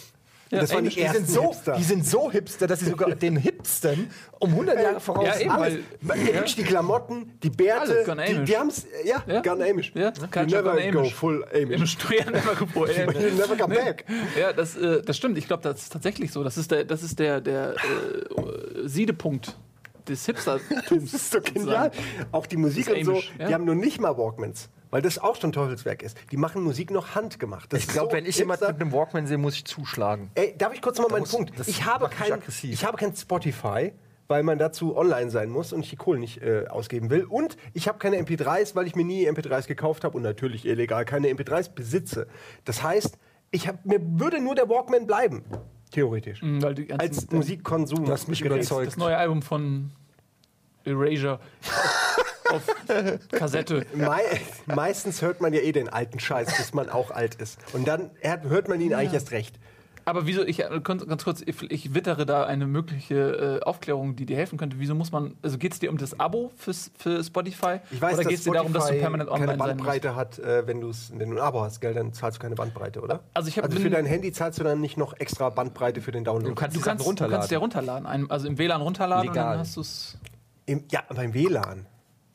Speaker 1: Ja,
Speaker 3: das waren die
Speaker 1: Amish-
Speaker 2: Die
Speaker 3: ersten
Speaker 2: sind, so,
Speaker 3: Hipster.
Speaker 2: die sind so Hipster, dass sie sogar *laughs* den Hipstern um 100 Jahre voraus
Speaker 1: Ja,
Speaker 2: sind.
Speaker 1: eben,
Speaker 3: Alles.
Speaker 1: weil-
Speaker 3: Wirklich die Klamotten, die Bärte.
Speaker 1: Alles Gone
Speaker 3: die,
Speaker 1: Amish.
Speaker 3: die haben es. Ja,
Speaker 1: Ja.
Speaker 3: Gun Amish.
Speaker 1: Ja,
Speaker 3: You
Speaker 1: Culture
Speaker 3: never
Speaker 1: Gone
Speaker 3: go
Speaker 1: Amish.
Speaker 3: full Amish.
Speaker 1: Amish People haben immer
Speaker 3: *laughs*
Speaker 1: geboren.
Speaker 3: You never come back.
Speaker 1: Ja, das, äh, das stimmt. Ich glaube, das ist tatsächlich so. Das ist der, das ist der, der äh, Siedepunkt des Hipstertums.
Speaker 3: *laughs* Das ist so genial. Auch die Musik
Speaker 1: Das
Speaker 3: und
Speaker 1: ist
Speaker 3: so,
Speaker 1: Amish, ja.
Speaker 3: die haben nur nicht mal Walkmans, weil das auch schon Teufelswerk ist. Die machen Musik noch handgemacht. Das
Speaker 2: Ich glaube, wenn ich jemanden mit einem Walkman sehe, muss ich zuschlagen.
Speaker 3: Ey, darf ich kurz noch meinen
Speaker 2: muss-
Speaker 3: Punkt?
Speaker 2: das
Speaker 3: Ich habe,
Speaker 2: macht mich
Speaker 3: kein,
Speaker 2: aggressiv.
Speaker 3: ich habe kein Spotify, weil man dazu online sein muss und ich die Kohle nicht äh, ausgeben will. Und ich habe keine MP3s, weil ich mir nie MP3s gekauft habe und natürlich illegal keine MP3s besitze. Das heißt, ich hab, mir würde nur der Walkman bleiben, theoretisch.
Speaker 1: Mhm, Weil die ganzen,
Speaker 3: Als Musikkonsum.
Speaker 2: Du hast mich
Speaker 3: Gerät.
Speaker 2: überzeugt.
Speaker 1: das neue Album von Erasure auf Kassette.
Speaker 3: Mei *laughs* meistens hört man ja eh den alten Scheiß, bis man auch alt ist. Und dann er- hört man ihn eigentlich erst recht.
Speaker 1: Aber wieso, ich äh, kurz- ganz kurz, ich, ich wittere da eine mögliche äh, Aufklärung, die dir helfen könnte. Wieso muss man, also geht es dir um das Abo fürs, für Spotify?
Speaker 3: Ich weiß,
Speaker 1: oder
Speaker 3: dass
Speaker 1: geht es dir darum, dass du
Speaker 3: Spotify
Speaker 1: permanent online
Speaker 3: keine
Speaker 1: sein musst?
Speaker 3: Bandbreite hat, äh, wenn, du's- wenn du ein Abo hast, gell, dann zahlst du keine Bandbreite, oder?
Speaker 1: Also ich hab-
Speaker 3: also für
Speaker 1: bin-
Speaker 3: dein Handy zahlst du dann nicht noch extra Bandbreite für den Download.
Speaker 1: Du kannst, du kannst dir runterladen, ein- also im WLAN runterladen
Speaker 2: Legal.
Speaker 1: und dann hast du es.
Speaker 3: Im, ja, beim WLAN.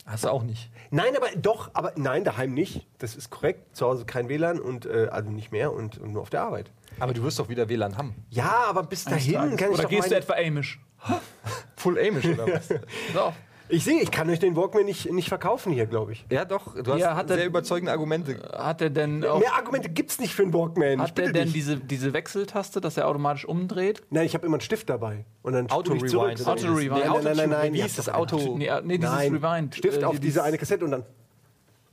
Speaker 2: Hast du auch nicht.
Speaker 3: Nein, aber doch, aber nein, daheim nicht. Das ist korrekt. Zu Hause kein WLAN und äh, also nicht mehr und, und nur auf der Arbeit.
Speaker 2: Aber du wirst doch wieder WLAN haben.
Speaker 3: Ja, aber bis dahin
Speaker 1: Tages.
Speaker 3: kann ich
Speaker 1: Oder
Speaker 3: doch
Speaker 1: gehst du
Speaker 3: meine-
Speaker 1: etwa Amish?
Speaker 2: Full Amish oder was?
Speaker 1: So.
Speaker 3: Ich sehe, ich kann euch den Walkman nicht, nicht verkaufen hier, glaube ich.
Speaker 2: *laughs* ja, doch. Du hast
Speaker 1: Ja, hat er-
Speaker 2: sehr überzeugende Argumente.
Speaker 1: Hat er denn auch,
Speaker 3: Mehr Argumente gibt's nicht für einen Walkman. ich
Speaker 1: hat er
Speaker 3: bitte
Speaker 1: denn
Speaker 3: dich.
Speaker 1: diese, diese Wechseltaste, dass er automatisch umdreht?
Speaker 3: Nein, ich habe immer einen Stift dabei. Und dann spule ich zurück.
Speaker 2: Auto-Rewind.
Speaker 1: Auto Rewind.
Speaker 2: Nee,
Speaker 3: Nein, nein, nein, nein.
Speaker 2: Wie hieß das
Speaker 3: Ja,
Speaker 2: Auto?
Speaker 1: Nee, äh, nee dieses
Speaker 3: Nein,
Speaker 1: Rewind.
Speaker 3: Stift
Speaker 1: äh,
Speaker 3: auf
Speaker 1: hier
Speaker 3: diese
Speaker 1: dieses-
Speaker 3: eine Kassette und dann.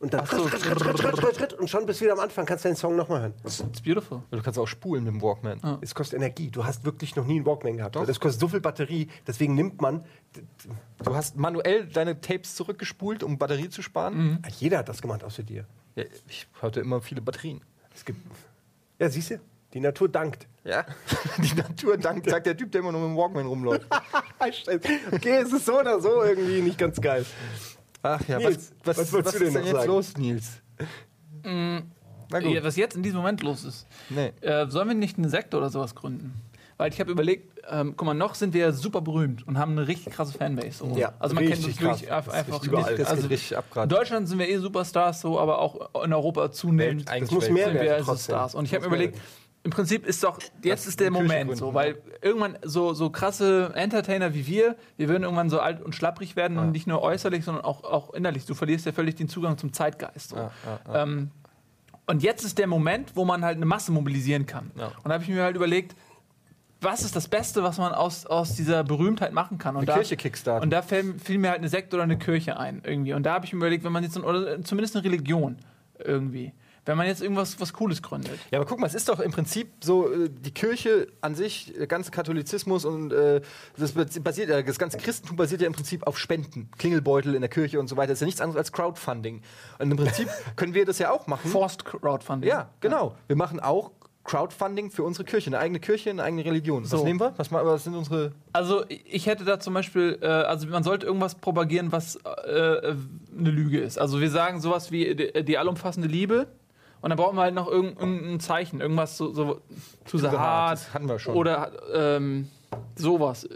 Speaker 3: Und dann.
Speaker 1: Ach so.
Speaker 3: Schritt, Schritt, Schritt, Schritt, Schritt, Schritt, und schon bist du wieder am Anfang, kannst deinen Song nochmal hören.
Speaker 1: It's beautiful.
Speaker 2: Du kannst auch spulen mit dem Walkman.
Speaker 3: Es kostet Energie. Du hast wirklich noch nie einen Walkman gehabt.
Speaker 2: Doch.
Speaker 3: Das kostet so viel Batterie, deswegen nimmt man.
Speaker 2: Du hast manuell deine Tapes zurückgespult, um Batterie zu sparen.
Speaker 3: Jeder hat das gemacht, außer dir.
Speaker 2: Ja, ich hatte immer viele Batterien.
Speaker 3: Es gibt. Ja, siehst du? Die Natur dankt.
Speaker 2: Ja. *laughs* Die Natur dankt, sagt der Typ, der immer nur mit dem Walkman rumläuft.
Speaker 3: okay, es ist so oder so irgendwie nicht ganz geil.
Speaker 2: Ach ja,
Speaker 3: Nils,
Speaker 2: was, was,
Speaker 3: was
Speaker 2: was,
Speaker 3: wolltest du denn
Speaker 2: ist denn
Speaker 3: noch
Speaker 2: jetzt
Speaker 3: sagen?
Speaker 2: los, Nils? Na gut.
Speaker 1: Mm, Ja, was jetzt in diesem Moment los ist.
Speaker 2: Nee.
Speaker 1: Äh, sollen wir nicht eine Sekte oder sowas gründen? Weil ich habe überlegt, ähm, guck mal, noch sind wir super berühmt und haben eine richtig krasse Fanbase. so.
Speaker 3: Ja,
Speaker 1: also man kennt uns
Speaker 3: richtig
Speaker 1: wirklich
Speaker 3: krass.
Speaker 1: eif-
Speaker 3: Das ist
Speaker 1: einfach
Speaker 3: richtig überall.
Speaker 1: nicht.
Speaker 2: Das
Speaker 1: Also
Speaker 2: geht richtig ab
Speaker 1: in
Speaker 2: grad.
Speaker 1: Deutschland sind wir eh Superstars, so, aber auch in Europa zunehmend
Speaker 2: Welt- eigentlich
Speaker 3: muss
Speaker 2: Welt-
Speaker 3: mehr
Speaker 1: sind wir
Speaker 3: werden
Speaker 1: also
Speaker 3: trotzdem.
Speaker 1: Stars. Und ich habe mir
Speaker 3: Muss mehr
Speaker 1: überlegt, im Prinzip ist doch, jetzt ist der
Speaker 2: die Kirche
Speaker 1: Moment
Speaker 2: gründen,
Speaker 1: so, weil irgendwann so, so krasse Entertainer wie wir, wir würden irgendwann so alt und schlapprig werden und nicht nur äußerlich, sondern auch, auch innerlich. Du verlierst ja völlig den Zugang zum Zeitgeist. So. Ähm, und jetzt ist der Moment, wo man halt eine Masse mobilisieren kann.
Speaker 2: Ja.
Speaker 1: Und da habe ich mir halt überlegt, was ist das Beste, was man aus, aus dieser Berühmtheit machen kann? Und
Speaker 2: Eine Kirche kickstarten.
Speaker 1: Und da fäll- fiel mir halt eine Sekte oder eine Kirche ein irgendwie. Und da habe ich mir überlegt, wenn man jetzt so ein, oder zumindest eine Religion irgendwie, wenn man jetzt irgendwas was Cooles gründet.
Speaker 3: Mhm.
Speaker 2: Ja, aber guck mal, es ist doch im Prinzip so, äh, die Kirche an sich, der ganze Katholizismus und äh, das, basi- basiert, ja- das ganze Christentum basiert ja im Prinzip auf Spenden, Klingelbeutel in der Kirche und so weiter. Das ist ja nichts anderes als Crowdfunding. Und
Speaker 1: *laughs*
Speaker 2: im Prinzip können wir das ja auch machen.
Speaker 1: Forced Crowdfunding.
Speaker 2: ja, genau. Wir machen auch Crowdfunding für unsere Kirche, eine eigene Kirche, eine eigene Religion. Was
Speaker 1: So.
Speaker 2: nehmen wir? Was, ma- was sind unsere.
Speaker 1: Also ich hätte da zum Beispiel, äh, also man sollte irgendwas propagieren, was äh, äh, eine Lüge ist. Also wir sagen sowas wie die, die allumfassende Liebe und dann brauchen wir halt noch irgend- irgendein Zeichen, irgendwas so, so zu
Speaker 2: Hard,
Speaker 1: Sahat
Speaker 2: das hatten wir schon.
Speaker 1: oder ähm, sowas.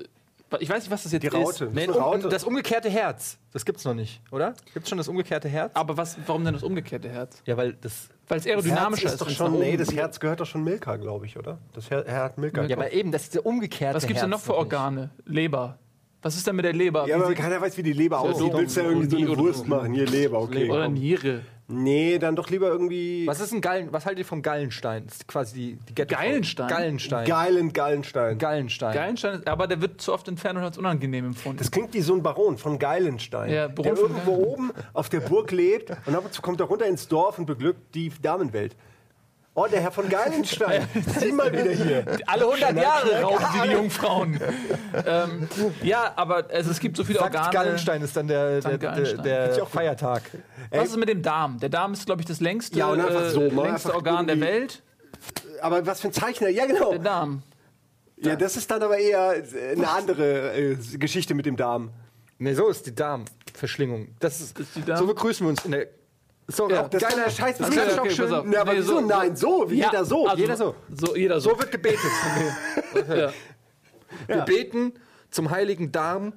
Speaker 1: Ich weiß nicht, was das jetzt
Speaker 3: Die
Speaker 1: ist.
Speaker 3: Raute.
Speaker 2: Nee,
Speaker 3: Eine Raute.
Speaker 2: um- das umgekehrte Herz. Das gibt's noch nicht, oder? Gibt's schon das umgekehrte Herz?
Speaker 1: Aber was, warum denn das umgekehrte Herz?
Speaker 2: Ja, weil das.
Speaker 1: Weil es aerodynamischer
Speaker 3: Herz
Speaker 1: ist.
Speaker 3: doch
Speaker 1: wenn's
Speaker 3: schon.
Speaker 1: nach
Speaker 3: Nee,
Speaker 1: oben
Speaker 3: das
Speaker 1: geht.
Speaker 3: Herz gehört doch schon Milka, glaube ich, oder? Das Her Herz Milka.
Speaker 2: Ja,
Speaker 3: Ja,
Speaker 2: aber eben, das ist der umgekehrte
Speaker 1: was gibt es denn noch
Speaker 2: Herz
Speaker 1: für
Speaker 2: nicht.
Speaker 1: Organe? Leber. Was ist denn mit der Leber? Wie
Speaker 3: aber
Speaker 1: sieht-
Speaker 3: keiner weiß, wie die Leber aussieht.
Speaker 1: doch,
Speaker 3: Willst du ja irgendwie so eine
Speaker 1: oder
Speaker 3: Wurst
Speaker 1: so.
Speaker 3: machen? Hier Leber, okay.
Speaker 1: oder
Speaker 3: komm.
Speaker 1: Niere.
Speaker 3: Nee, dann doch lieber irgendwie
Speaker 2: Was ist ein Gallen? Was haltet ihr vom Gallenstein? Das ist quasi die, die Ghetto.
Speaker 1: Gallenstein?
Speaker 2: Gallenstein.
Speaker 3: geilen Gallenstein.
Speaker 2: Gallenstein.
Speaker 1: Gallenstein, ist- aber der wird zu oft entfernt und als unangenehm empfunden.
Speaker 3: Das klingt wie so ein Baron von Geilenstein,
Speaker 1: Ja, Baron
Speaker 3: der
Speaker 1: von
Speaker 3: irgendwo oben auf der Burg lebt und ab und zu kommt er runter ins Dorf und beglückt die Damenwelt. Oh, der Herr
Speaker 1: *laughs*
Speaker 3: von Geilenstein, sieh mal wieder hier.
Speaker 1: Alle 100 Jahre rauben sie die Jungfrauen.
Speaker 3: *laughs*
Speaker 1: ähm, ja, aber also, es gibt so viele
Speaker 2: Sankt
Speaker 1: Organe.
Speaker 2: Gallenstein ist dann der, der,
Speaker 1: Sankt
Speaker 2: der,
Speaker 1: Gallenstein.
Speaker 2: der,
Speaker 3: Ist ja auch gut.
Speaker 2: Feiertag.
Speaker 1: Was ist mit dem Darm? Der Darm ist, glaube ich, das längste,
Speaker 3: Ja, und einfach
Speaker 1: äh,
Speaker 3: so, mal
Speaker 1: längste
Speaker 3: einfach
Speaker 1: Organ der
Speaker 3: irgendwie-
Speaker 1: Welt.
Speaker 3: Aber was für ein Zeichner, ja genau.
Speaker 1: Der Darm.
Speaker 3: Ja, das ist dann aber eher äh, eine andere äh, Geschichte mit dem Darm.
Speaker 2: Ne, so ist die Darmverschlingung. Das ist,
Speaker 1: Das ist die Darm-
Speaker 2: so begrüßen wir uns in der. So,
Speaker 1: Ja,
Speaker 2: auch
Speaker 3: Das ist
Speaker 2: geiler
Speaker 3: doch Scheiß. Das
Speaker 1: Okay,
Speaker 3: ist doch
Speaker 1: okay,
Speaker 3: schön.
Speaker 1: pass auf.
Speaker 3: Na, aber
Speaker 1: Nee,
Speaker 3: wieso?
Speaker 1: so-
Speaker 3: Nein, so, wie jeder so.
Speaker 1: also-
Speaker 2: jeder so.
Speaker 1: so. Jeder so.
Speaker 2: So wird gebetet.
Speaker 1: ja.
Speaker 2: Wir beten zum heiligen Darm,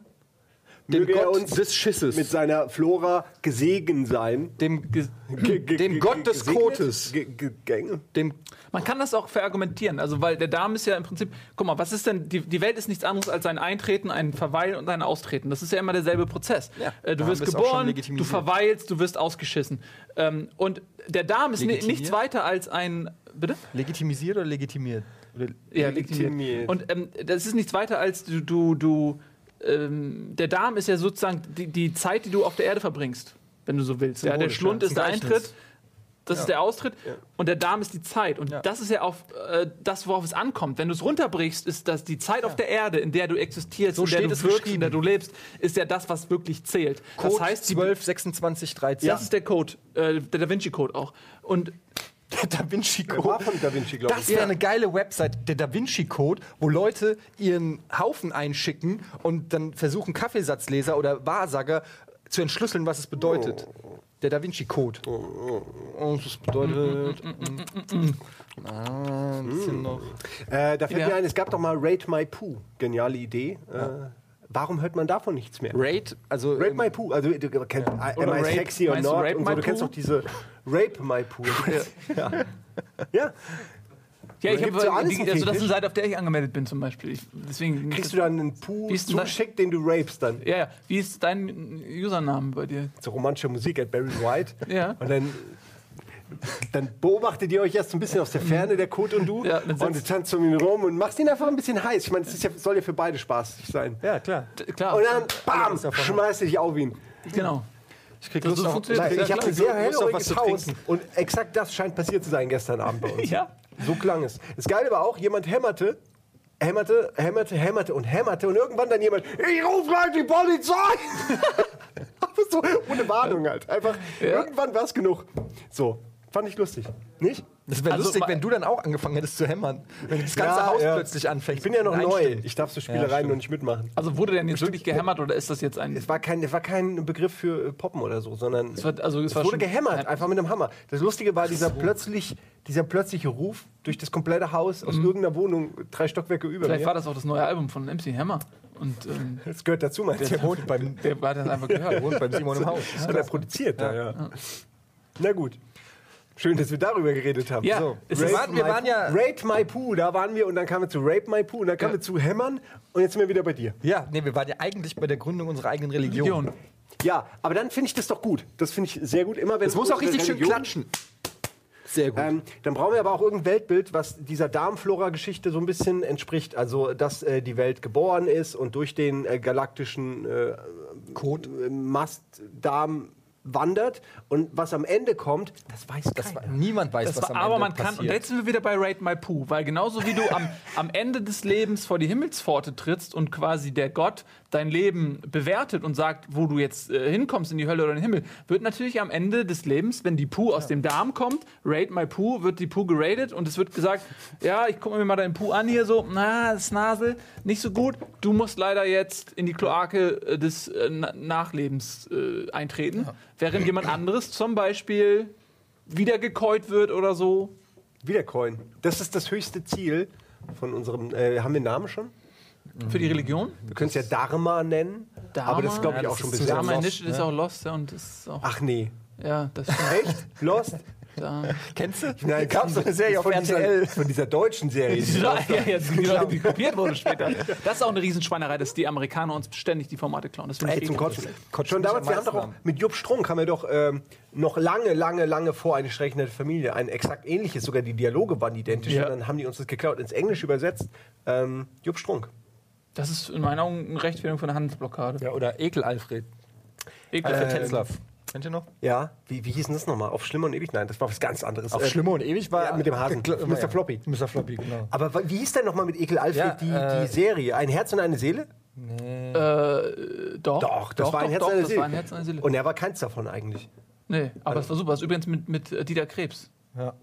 Speaker 2: dem
Speaker 3: Möge
Speaker 2: Gott
Speaker 3: er uns
Speaker 2: des Schisses,
Speaker 3: mit seiner Flora gesegnet sein.
Speaker 2: dem,
Speaker 1: Ge-
Speaker 3: Ge- ge-
Speaker 2: Dem
Speaker 3: ge-
Speaker 2: Gott des
Speaker 3: gesegnet?
Speaker 2: Kotes.
Speaker 3: Ge- ge- ge-
Speaker 2: dem
Speaker 1: Man kann das auch verargumentieren, also weil der Darm ist ja im Prinzip, guck mal, was ist denn, die, die Welt ist nichts anderes als ein Eintreten, ein Verweilen und ein Austreten. Das ist ja immer derselbe Prozess.
Speaker 2: Ja,
Speaker 1: äh, du
Speaker 2: Darm
Speaker 1: wirst
Speaker 2: ist auch schon
Speaker 1: geboren, du
Speaker 2: legitimisiert.
Speaker 1: verweilst, du wirst ausgeschissen. Ähm, und der Darm ist ni-
Speaker 2: Legitimiert?
Speaker 1: nichts weiter als ein, bitte?
Speaker 2: legitimisiert oder legitimiert? Oder
Speaker 1: Ja,
Speaker 3: Legitimiert.
Speaker 1: legitimiert. Und ähm, das ist nichts weiter als du, du, du ähm, der Darm ist ja sozusagen die, die Zeit, die du auf der Erde verbringst, wenn du so willst. Ja, der
Speaker 2: Symbolisch,
Speaker 1: Schlund
Speaker 2: ja.
Speaker 1: ist der
Speaker 2: Ein Gleichnis.
Speaker 1: Eintritt, das ist der Austritt und der Darm ist die Zeit. Und
Speaker 2: Ja.
Speaker 1: das ist ja auf äh, das, worauf es ankommt. Wenn du es runterbrichst, ist das die Zeit auf der Erde, in der du existierst,
Speaker 2: So
Speaker 1: in der
Speaker 2: steht
Speaker 1: du
Speaker 2: es
Speaker 1: wirkst,
Speaker 2: geschrieben.
Speaker 1: in der du lebst, ist ja das, was wirklich zählt.
Speaker 2: Code
Speaker 1: das heißt, die,
Speaker 2: 12, 26, 13.
Speaker 1: das ist der Code, äh, der Da Vinci Code auch. Und
Speaker 2: der Da Vinci
Speaker 3: Der war von Da Vinci, glaube
Speaker 2: Das
Speaker 3: ich.
Speaker 2: wäre
Speaker 1: Ja.
Speaker 2: eine geile Website, der Da Vinci Code, wo Leute ihren Haufen einschicken und dann versuchen Kaffeesatzleser oder Wahrsager zu entschlüsseln, was es bedeutet.
Speaker 3: Oh,
Speaker 2: Der Da Vinci Code. Und das bedeutet.
Speaker 1: Mm,
Speaker 2: Ah,
Speaker 3: Hm.
Speaker 2: ein bisschen noch.
Speaker 3: Äh, da fällt
Speaker 1: Ja.
Speaker 3: mir ein, es gab doch mal Rate My Poo. Geniale Idee. Äh, Warum hört man davon nichts mehr?
Speaker 2: Raid, also.
Speaker 3: Rape
Speaker 2: ähm,
Speaker 3: My Poo, also du kennst I- Am
Speaker 1: Oder
Speaker 3: I
Speaker 1: Rape-
Speaker 3: Sexy or
Speaker 1: meinst du
Speaker 3: Not
Speaker 1: Rape
Speaker 3: und
Speaker 1: My
Speaker 3: so, du kennst
Speaker 1: Poo?
Speaker 3: doch diese Rape
Speaker 1: *laughs*
Speaker 3: My Poo. ja. ja,
Speaker 1: Ja, ich
Speaker 3: Gibt's ja
Speaker 1: habe
Speaker 3: alles
Speaker 1: die,
Speaker 3: einen
Speaker 1: also das ist eine
Speaker 3: Fetisch?
Speaker 1: Seite, auf der ich angemeldet bin zum Beispiel. Ich, deswegen
Speaker 3: kriegst du dann einen Poo
Speaker 1: Wie ist denn das?
Speaker 3: zugeschickt, den du rapest dann.
Speaker 1: ja, ja. Wie ist dein Username bei dir?
Speaker 3: So romantische Musik at Barry White.
Speaker 1: *laughs* Ja.
Speaker 3: Und dann, dann beobachtet ihr euch erst so ein bisschen aus der Ferne, der Code und du.
Speaker 1: Ja, dann
Speaker 3: und
Speaker 1: setzt-
Speaker 3: du tanzt um ihn rum und machst ihn einfach ein bisschen heiß. Ich meine, es ja, soll ja für beide spaßig sein.
Speaker 2: ja, klar.
Speaker 1: D- Klar.
Speaker 3: Und dann, bam,
Speaker 2: ist davon.
Speaker 3: schmeißt dich auf ihn.
Speaker 1: genau.
Speaker 3: *laughs*
Speaker 2: Ich krieg
Speaker 1: Das
Speaker 2: Lust
Speaker 1: so
Speaker 2: auf,
Speaker 1: funktioniert
Speaker 2: ich
Speaker 1: das.
Speaker 3: ich
Speaker 1: Ja,
Speaker 2: hab oh,
Speaker 3: habe
Speaker 1: klar,
Speaker 2: sehr
Speaker 3: ein sehr
Speaker 2: Lust auf was
Speaker 3: hellhöriges
Speaker 2: zu
Speaker 3: Haus.
Speaker 2: trinken.
Speaker 3: Und exakt das scheint passiert zu sein gestern Abend bei
Speaker 1: *laughs*
Speaker 3: uns.
Speaker 1: Ja.
Speaker 3: So klang es. Es geil war auch, jemand hämmerte, hämmerte, hämmerte, hämmerte und hämmerte und irgendwann dann jemand, ich rufe gleich die Polizei! *laughs* Aber so, ohne Warnung halt. Einfach, irgendwann war es genug. So, fand ich lustig. Nicht?
Speaker 2: Das wäre
Speaker 1: Also,
Speaker 2: lustig,
Speaker 1: ma-
Speaker 2: wenn du dann auch angefangen hättest zu hämmern. Wenn das ganze
Speaker 3: Ja,
Speaker 2: Haus
Speaker 3: ja.
Speaker 2: plötzlich anfängt.
Speaker 3: Ich bin ja noch
Speaker 2: und
Speaker 3: neu.
Speaker 2: einstimmt.
Speaker 3: Ich darf so Spielereien
Speaker 2: stimmt.
Speaker 3: noch nicht mitmachen.
Speaker 1: Also wurde denn jetzt wirklich gehämmert oder ist das jetzt ein.
Speaker 3: Es war kein, es war kein Begriff für äh, Poppen oder so, sondern es,
Speaker 1: war- also es war
Speaker 3: wurde
Speaker 1: schon-
Speaker 3: gehämmert, einfach mit einem Hammer. Das Lustige war dieser, plötzlich, dieser plötzliche Ruf durch das komplette Haus aus irgendeiner Wohnung, drei Stockwerke über
Speaker 1: Vielleicht
Speaker 3: mir.
Speaker 1: war das auch das neue Album von MC Hammer. Und ähm,
Speaker 3: das gehört dazu, meinst du?
Speaker 2: Der wohnt beim,
Speaker 1: *laughs* der hat das
Speaker 3: *laughs*
Speaker 1: einfach gehört.
Speaker 2: der wohnt beim Simon im Haus.
Speaker 3: Das *laughs* hat er produziert. Ja. Ja. Na gut. Schön, dass wir darüber geredet haben.
Speaker 1: Ja,
Speaker 2: So,
Speaker 1: es
Speaker 2: wir
Speaker 1: ist-
Speaker 2: waren- wir
Speaker 3: My-
Speaker 2: waren ja-
Speaker 3: Rape My Poo, da waren wir und dann kamen wir zu Rape My Poo und dann kamen
Speaker 1: Ja.
Speaker 3: wir zu Hämmern und jetzt sind wir wieder bei dir.
Speaker 2: Ja, nee, wir waren ja eigentlich bei der Gründung unserer eigenen Religion.
Speaker 1: Religion.
Speaker 3: Ja, aber dann finde ich das doch gut. Das finde ich sehr gut. Immer wenn
Speaker 2: Es muss auch richtig schön
Speaker 3: Religion-
Speaker 2: klatschen. Sehr gut.
Speaker 3: Ähm, dann brauchen wir aber auch irgendein Weltbild, was dieser Darmflora-Geschichte so ein bisschen entspricht. Also, dass äh, die Welt geboren ist und durch den äh, galaktischen äh,
Speaker 2: Code.
Speaker 3: äh, Mastdarm wandert. Und was am Ende kommt, das weiß
Speaker 2: Das
Speaker 3: keiner.
Speaker 2: war, niemand weiß,
Speaker 1: Das
Speaker 2: was
Speaker 1: war,
Speaker 2: am
Speaker 1: aber
Speaker 2: Ende
Speaker 1: man kann,
Speaker 2: passiert.
Speaker 1: und jetzt sind wir wieder bei Raid My Poo, weil genauso wie du
Speaker 2: *laughs*
Speaker 1: am, am Ende des Lebens vor die Himmelspforte trittst und quasi der Gott dein Leben bewertet und sagt, wo du jetzt äh, hinkommst, in die Hölle oder in den Himmel, wird natürlich am Ende des Lebens, wenn die Poo aus dem Darm kommt, Raid My Poo, wird die Poo geradet und es wird gesagt, ja, ich gucke mir mal deinen Poo an hier so, na, das Nasel, nicht so gut, du musst leider jetzt in die Kloake äh, des äh, Na- Nachlebens äh, eintreten, während jemand anderes zum Beispiel wieder gekäut wird oder so.
Speaker 3: Wiedercoin. Das ist das höchste Ziel von unserem. Äh, haben wir einen Namen schon?
Speaker 1: Für
Speaker 3: Mhm.
Speaker 1: die Religion?
Speaker 3: Wir können es ja Dharma nennen. Aber das glaube ich
Speaker 2: Ja,
Speaker 3: auch
Speaker 2: das
Speaker 3: schon ein
Speaker 2: ist
Speaker 3: bisschen.
Speaker 2: zu
Speaker 1: Dharma
Speaker 2: Lost,
Speaker 1: Initiative ist
Speaker 2: ne?
Speaker 1: auch Lost, ja, und ist auch.
Speaker 3: Ach nee.
Speaker 1: Ja, das stimmt.
Speaker 3: Echt? Lost?
Speaker 1: Da.
Speaker 2: Kennst du?
Speaker 3: *laughs* Nein,
Speaker 2: Gab's so eine Serie auf
Speaker 3: von
Speaker 2: RTL.
Speaker 3: Dieser, *laughs* von dieser deutschen Serie. die
Speaker 1: Ja, ja, ja, *laughs* die, die kopiert wurde *laughs* später. Das ist auch eine Riesenschweinerei, dass die Amerikaner uns ständig die Formate klauen. Das finde ich
Speaker 3: *laughs* Ey, zum
Speaker 1: eklig.
Speaker 3: Kotzen.
Speaker 2: Kotzt
Speaker 3: Schon
Speaker 2: mich
Speaker 3: damals,
Speaker 2: am
Speaker 3: wir haben doch auch
Speaker 2: meisten
Speaker 3: mit Jupp Strunk haben wir doch ähm, noch lange, lange, lange vor eine schreckende Familie ein exakt ähnliches, sogar die Dialoge waren identisch.
Speaker 1: Ja.
Speaker 3: Und dann haben die uns das geklaut, ins Englisch übersetzt. Ähm, Jupp Strunk.
Speaker 1: Das ist in meinen Augen eine Rechtfertigung für eine Handelsblockade.
Speaker 2: Ja, oder Ekel Alfred.
Speaker 1: Eklig.
Speaker 3: Äh,
Speaker 2: Alfred Tetzlaff. Kennt ihr noch?
Speaker 3: Ja, wie, wie hieß denn das nochmal? Auf Schlimmer und Ewig? Nein, das war was ganz anderes.
Speaker 2: Auf
Speaker 3: Äh,
Speaker 2: Schlimmer und Ewig war.
Speaker 3: ja, mit dem Hasen.
Speaker 2: Gl-
Speaker 3: Mr. Floppy.
Speaker 2: Mr. Floppy, genau.
Speaker 3: Aber wa- wie hieß denn nochmal mit Ekel Alfred
Speaker 2: Ja,
Speaker 3: die,
Speaker 2: äh,
Speaker 3: die Serie? Ein Herz und eine Seele?
Speaker 1: Äh, doch.
Speaker 3: Doch, das
Speaker 1: doch,
Speaker 3: war ein
Speaker 1: doch,
Speaker 3: Herz
Speaker 1: doch,
Speaker 3: und eine
Speaker 1: das
Speaker 3: Seele.
Speaker 1: war ein Herz und eine Seele.
Speaker 3: Und Also- er war keins davon eigentlich.
Speaker 1: nee, aber es war super. Das ist übrigens mit, mit äh, Dieter Krebs.
Speaker 2: Ja.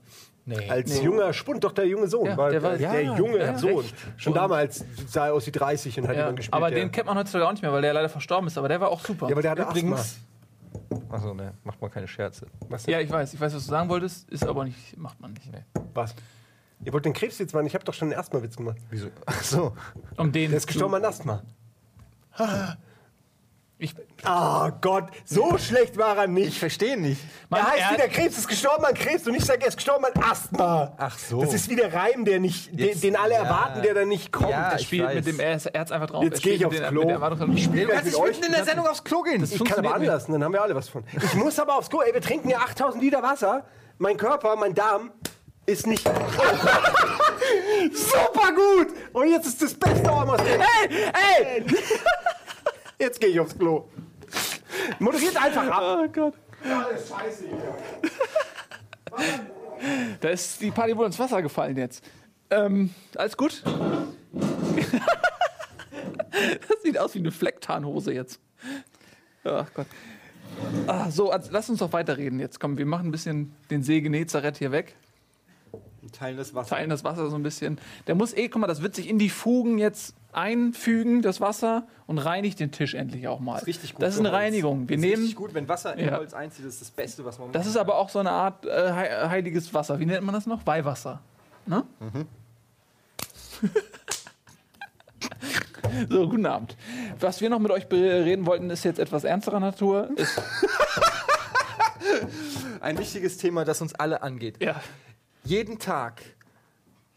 Speaker 2: Nee.
Speaker 3: Als junger Spund, doch der junge Sohn.
Speaker 1: Ja,
Speaker 3: war,
Speaker 1: der
Speaker 3: der,
Speaker 1: war-
Speaker 3: der
Speaker 1: ja,
Speaker 3: junge
Speaker 1: ja,
Speaker 3: Sohn.
Speaker 1: recht.
Speaker 3: Schon damals sah er aus wie 30 und hat
Speaker 1: Ja,
Speaker 3: jemand gespielt.
Speaker 1: aber
Speaker 3: der-
Speaker 1: den kennt man heutzutage auch nicht mehr, weil der leider verstorben ist. Aber der war auch super.
Speaker 3: ja, aber der hatte Asthma.
Speaker 2: Übrigens. Achso, ne, macht mal keine Scherze.
Speaker 3: Was
Speaker 1: ja, ich weiß, ich weiß, was du sagen wolltest, ist aber nicht, macht man nicht.
Speaker 3: Was? Ihr wollt den Krebs jetzt machen? Ich habe doch schon den Asthma-Witz gemacht.
Speaker 2: Wieso? Achso.
Speaker 1: Um den.
Speaker 3: Der ist
Speaker 1: zu-
Speaker 3: gestorben an Asthma.
Speaker 1: Ich,
Speaker 3: Ah Gott, so schlecht war er
Speaker 2: Ich
Speaker 3: nicht.
Speaker 2: verstehe nicht.
Speaker 1: Mann,
Speaker 3: er heißt
Speaker 1: er hat-
Speaker 3: wieder Krebs ist gestorben an Krebs und ich sage, er ist gestorben an Asthma.
Speaker 2: Ach so.
Speaker 3: Das ist wie der Reim, der nicht, den,
Speaker 2: Jetzt-
Speaker 3: den alle
Speaker 2: ja.
Speaker 3: erwarten, der dann nicht kommt.
Speaker 2: Ja,
Speaker 1: das
Speaker 2: ich
Speaker 1: Spiel
Speaker 2: weiß.
Speaker 1: mit dem er ist, er hat's einfach drauf.
Speaker 3: Jetzt
Speaker 1: Er spielt
Speaker 3: geh
Speaker 1: mit
Speaker 3: ich aufs
Speaker 1: den-
Speaker 3: Klo.
Speaker 1: mit der Erwartungshaltung. Ich
Speaker 3: spiel
Speaker 1: spiel
Speaker 2: Du kannst
Speaker 3: mit
Speaker 2: dich
Speaker 3: euch.
Speaker 2: mitten in der Sendung aufs Klo gehen.
Speaker 1: Das
Speaker 3: Ich kann aber
Speaker 1: funktioniert nicht.
Speaker 3: anlassen, dann haben wir alle was von. Ich muss aber aufs Go. Ey, wir trinken ja 8000 Liter Wasser. Mein Körper, mein Darm ist *laughs* nicht. Super gut! Und jetzt ist das beste Ormos. Ey, ey! *laughs* Jetzt gehe ich aufs Klo. Moderiert einfach ab.
Speaker 1: Oh Gott. Da ist die Party wohl ins Wasser gefallen jetzt. Ähm, alles gut? *laughs* das sieht aus wie eine Flecktarnhose jetzt. Ach Gott. Ah, so, als- lass uns doch weiterreden jetzt. Komm, wir machen ein bisschen den See Genezareth hier weg.
Speaker 3: Teilen das Wasser.
Speaker 1: teilen das Wasser so ein bisschen. Der muss eh, guck mal, das wird sich in die Fugen jetzt einfügen, das Wasser, und reinigt den Tisch endlich auch mal. Das ist
Speaker 4: richtig gut
Speaker 1: Das ist
Speaker 4: für
Speaker 1: eine
Speaker 4: Holz.
Speaker 1: Reinigung. Wir
Speaker 4: Das ist
Speaker 1: nehmen,
Speaker 4: richtig gut, wenn Wasser in
Speaker 1: Ja.
Speaker 4: Holz einzieht, das ist das Beste, was man
Speaker 1: das ist aber auch so eine Art äh, hei- heiliges Wasser. Wie nennt man das noch? Weihwasser. Ne? So, guten Abend. Was wir noch mit euch bereden wollten, ist jetzt etwas ernsterer Natur. Ist,
Speaker 2: Ein wichtiges Thema, das uns alle angeht.
Speaker 1: ja,
Speaker 2: Jeden Tag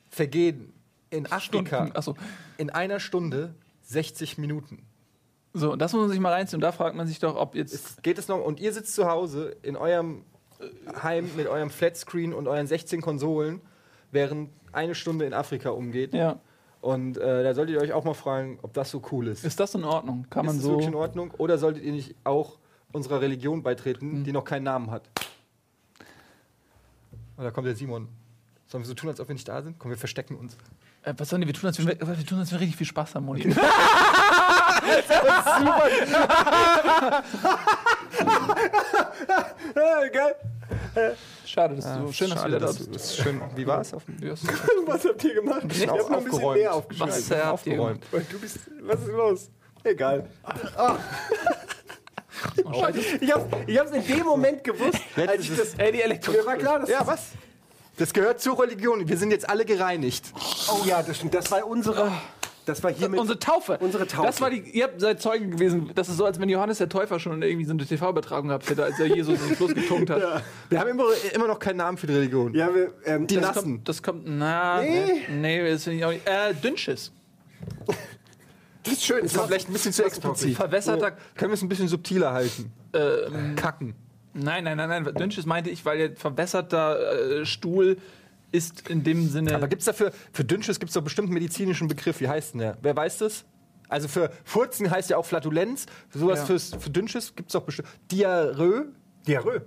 Speaker 2: vergehen in Afrika
Speaker 1: Stunden. Achso.
Speaker 2: in einer Stunde 60 Minuten.
Speaker 1: So, und das muss man sich mal reinziehen. Und da fragt man sich doch, ob jetzt.
Speaker 2: Es geht es noch und ihr sitzt zu Hause in eurem äh, Heim mit eurem Flatscreen und euren 16 Konsolen, während eine Stunde in Afrika umgeht.
Speaker 1: Ja.
Speaker 2: Und äh, da solltet ihr euch auch mal fragen, ob das so cool ist.
Speaker 1: Ist das in Ordnung? Kann man
Speaker 2: ist das
Speaker 1: so.
Speaker 2: wirklich in Ordnung? Oder solltet ihr nicht auch unserer Religion beitreten, die noch keinen Namen hat? Und da kommt der Simon. Sollen wir so tun, als ob wir nicht da sind? Komm, wir verstecken uns.
Speaker 1: Äh, was sollen die? Wir tun, als wir, wir tun, als wir richtig viel Spaß haben, Moni.
Speaker 3: Ah, geil. *laughs*
Speaker 1: Schade, das ist
Speaker 2: Ah,
Speaker 1: so schön, dass du wieder da bist.
Speaker 2: ist schön. Wie war es? Auf dem
Speaker 1: Ja, ist-
Speaker 3: Was habt ihr gemacht? Ich
Speaker 2: auf-
Speaker 3: hab noch ein bisschen
Speaker 2: aufgeräumt.
Speaker 3: mehr aufgeschmissen.
Speaker 1: Was habt ihr gemacht?
Speaker 2: aufgeräumt.
Speaker 3: Weil du bist. Was ist los? *laughs* Egal.
Speaker 1: Oh, scheiße.
Speaker 3: Ich hab's, ich hab's in dem Moment gewusst, als ich das.
Speaker 1: Ey, die Elektro.
Speaker 3: Mir war klar, dass
Speaker 2: Ja, was? Das gehört zur Religion. Wir sind jetzt alle gereinigt.
Speaker 3: Oh ja, das stimmt. Das war unsere.
Speaker 2: Oh.
Speaker 3: Das war hiermit.
Speaker 1: Unsere Taufe.
Speaker 3: Unsere Taufe.
Speaker 1: Das war die, ihr habt seid Zeugen gewesen. Das ist so, als wenn Johannes der Täufer schon irgendwie so eine TV-Übertragung gehabt hätte, als er Jesus in den Fluss getunkt
Speaker 3: *laughs*
Speaker 1: hat.
Speaker 2: Wir haben immer, immer noch keinen Namen für die Religion.
Speaker 3: Ja, wir, ähm,
Speaker 2: Die
Speaker 3: das-
Speaker 1: Das
Speaker 2: Nassen.
Speaker 1: kommt, das kommt, na,
Speaker 3: Nee.
Speaker 1: nee, nee das finde ich auch nicht. Äh, Dünnschiss.
Speaker 3: das ist schön.
Speaker 2: Das war vielleicht ein bisschen zu explizit.
Speaker 1: Verwässerter,
Speaker 3: Oh.
Speaker 2: Können wir es ein bisschen subtiler halten?
Speaker 1: ähm,
Speaker 2: Kacken.
Speaker 1: nein, nein, nein, nein, Dünnschiss meinte ich, weil der verwässerter äh, Stuhl ist in dem Sinne.
Speaker 2: Aber gibt's dafür, für Dünnschiss gibt es doch bestimmt einen medizinischen Begriff. Wie heißt denn der? Wer weiß das? Also für Furzen heißt ja auch Flatulenz. Für sowas
Speaker 1: Ja.
Speaker 2: fürs, für Dünnschiss gibt es doch bestimmt. Diarrhoe?
Speaker 3: Diarrhoe.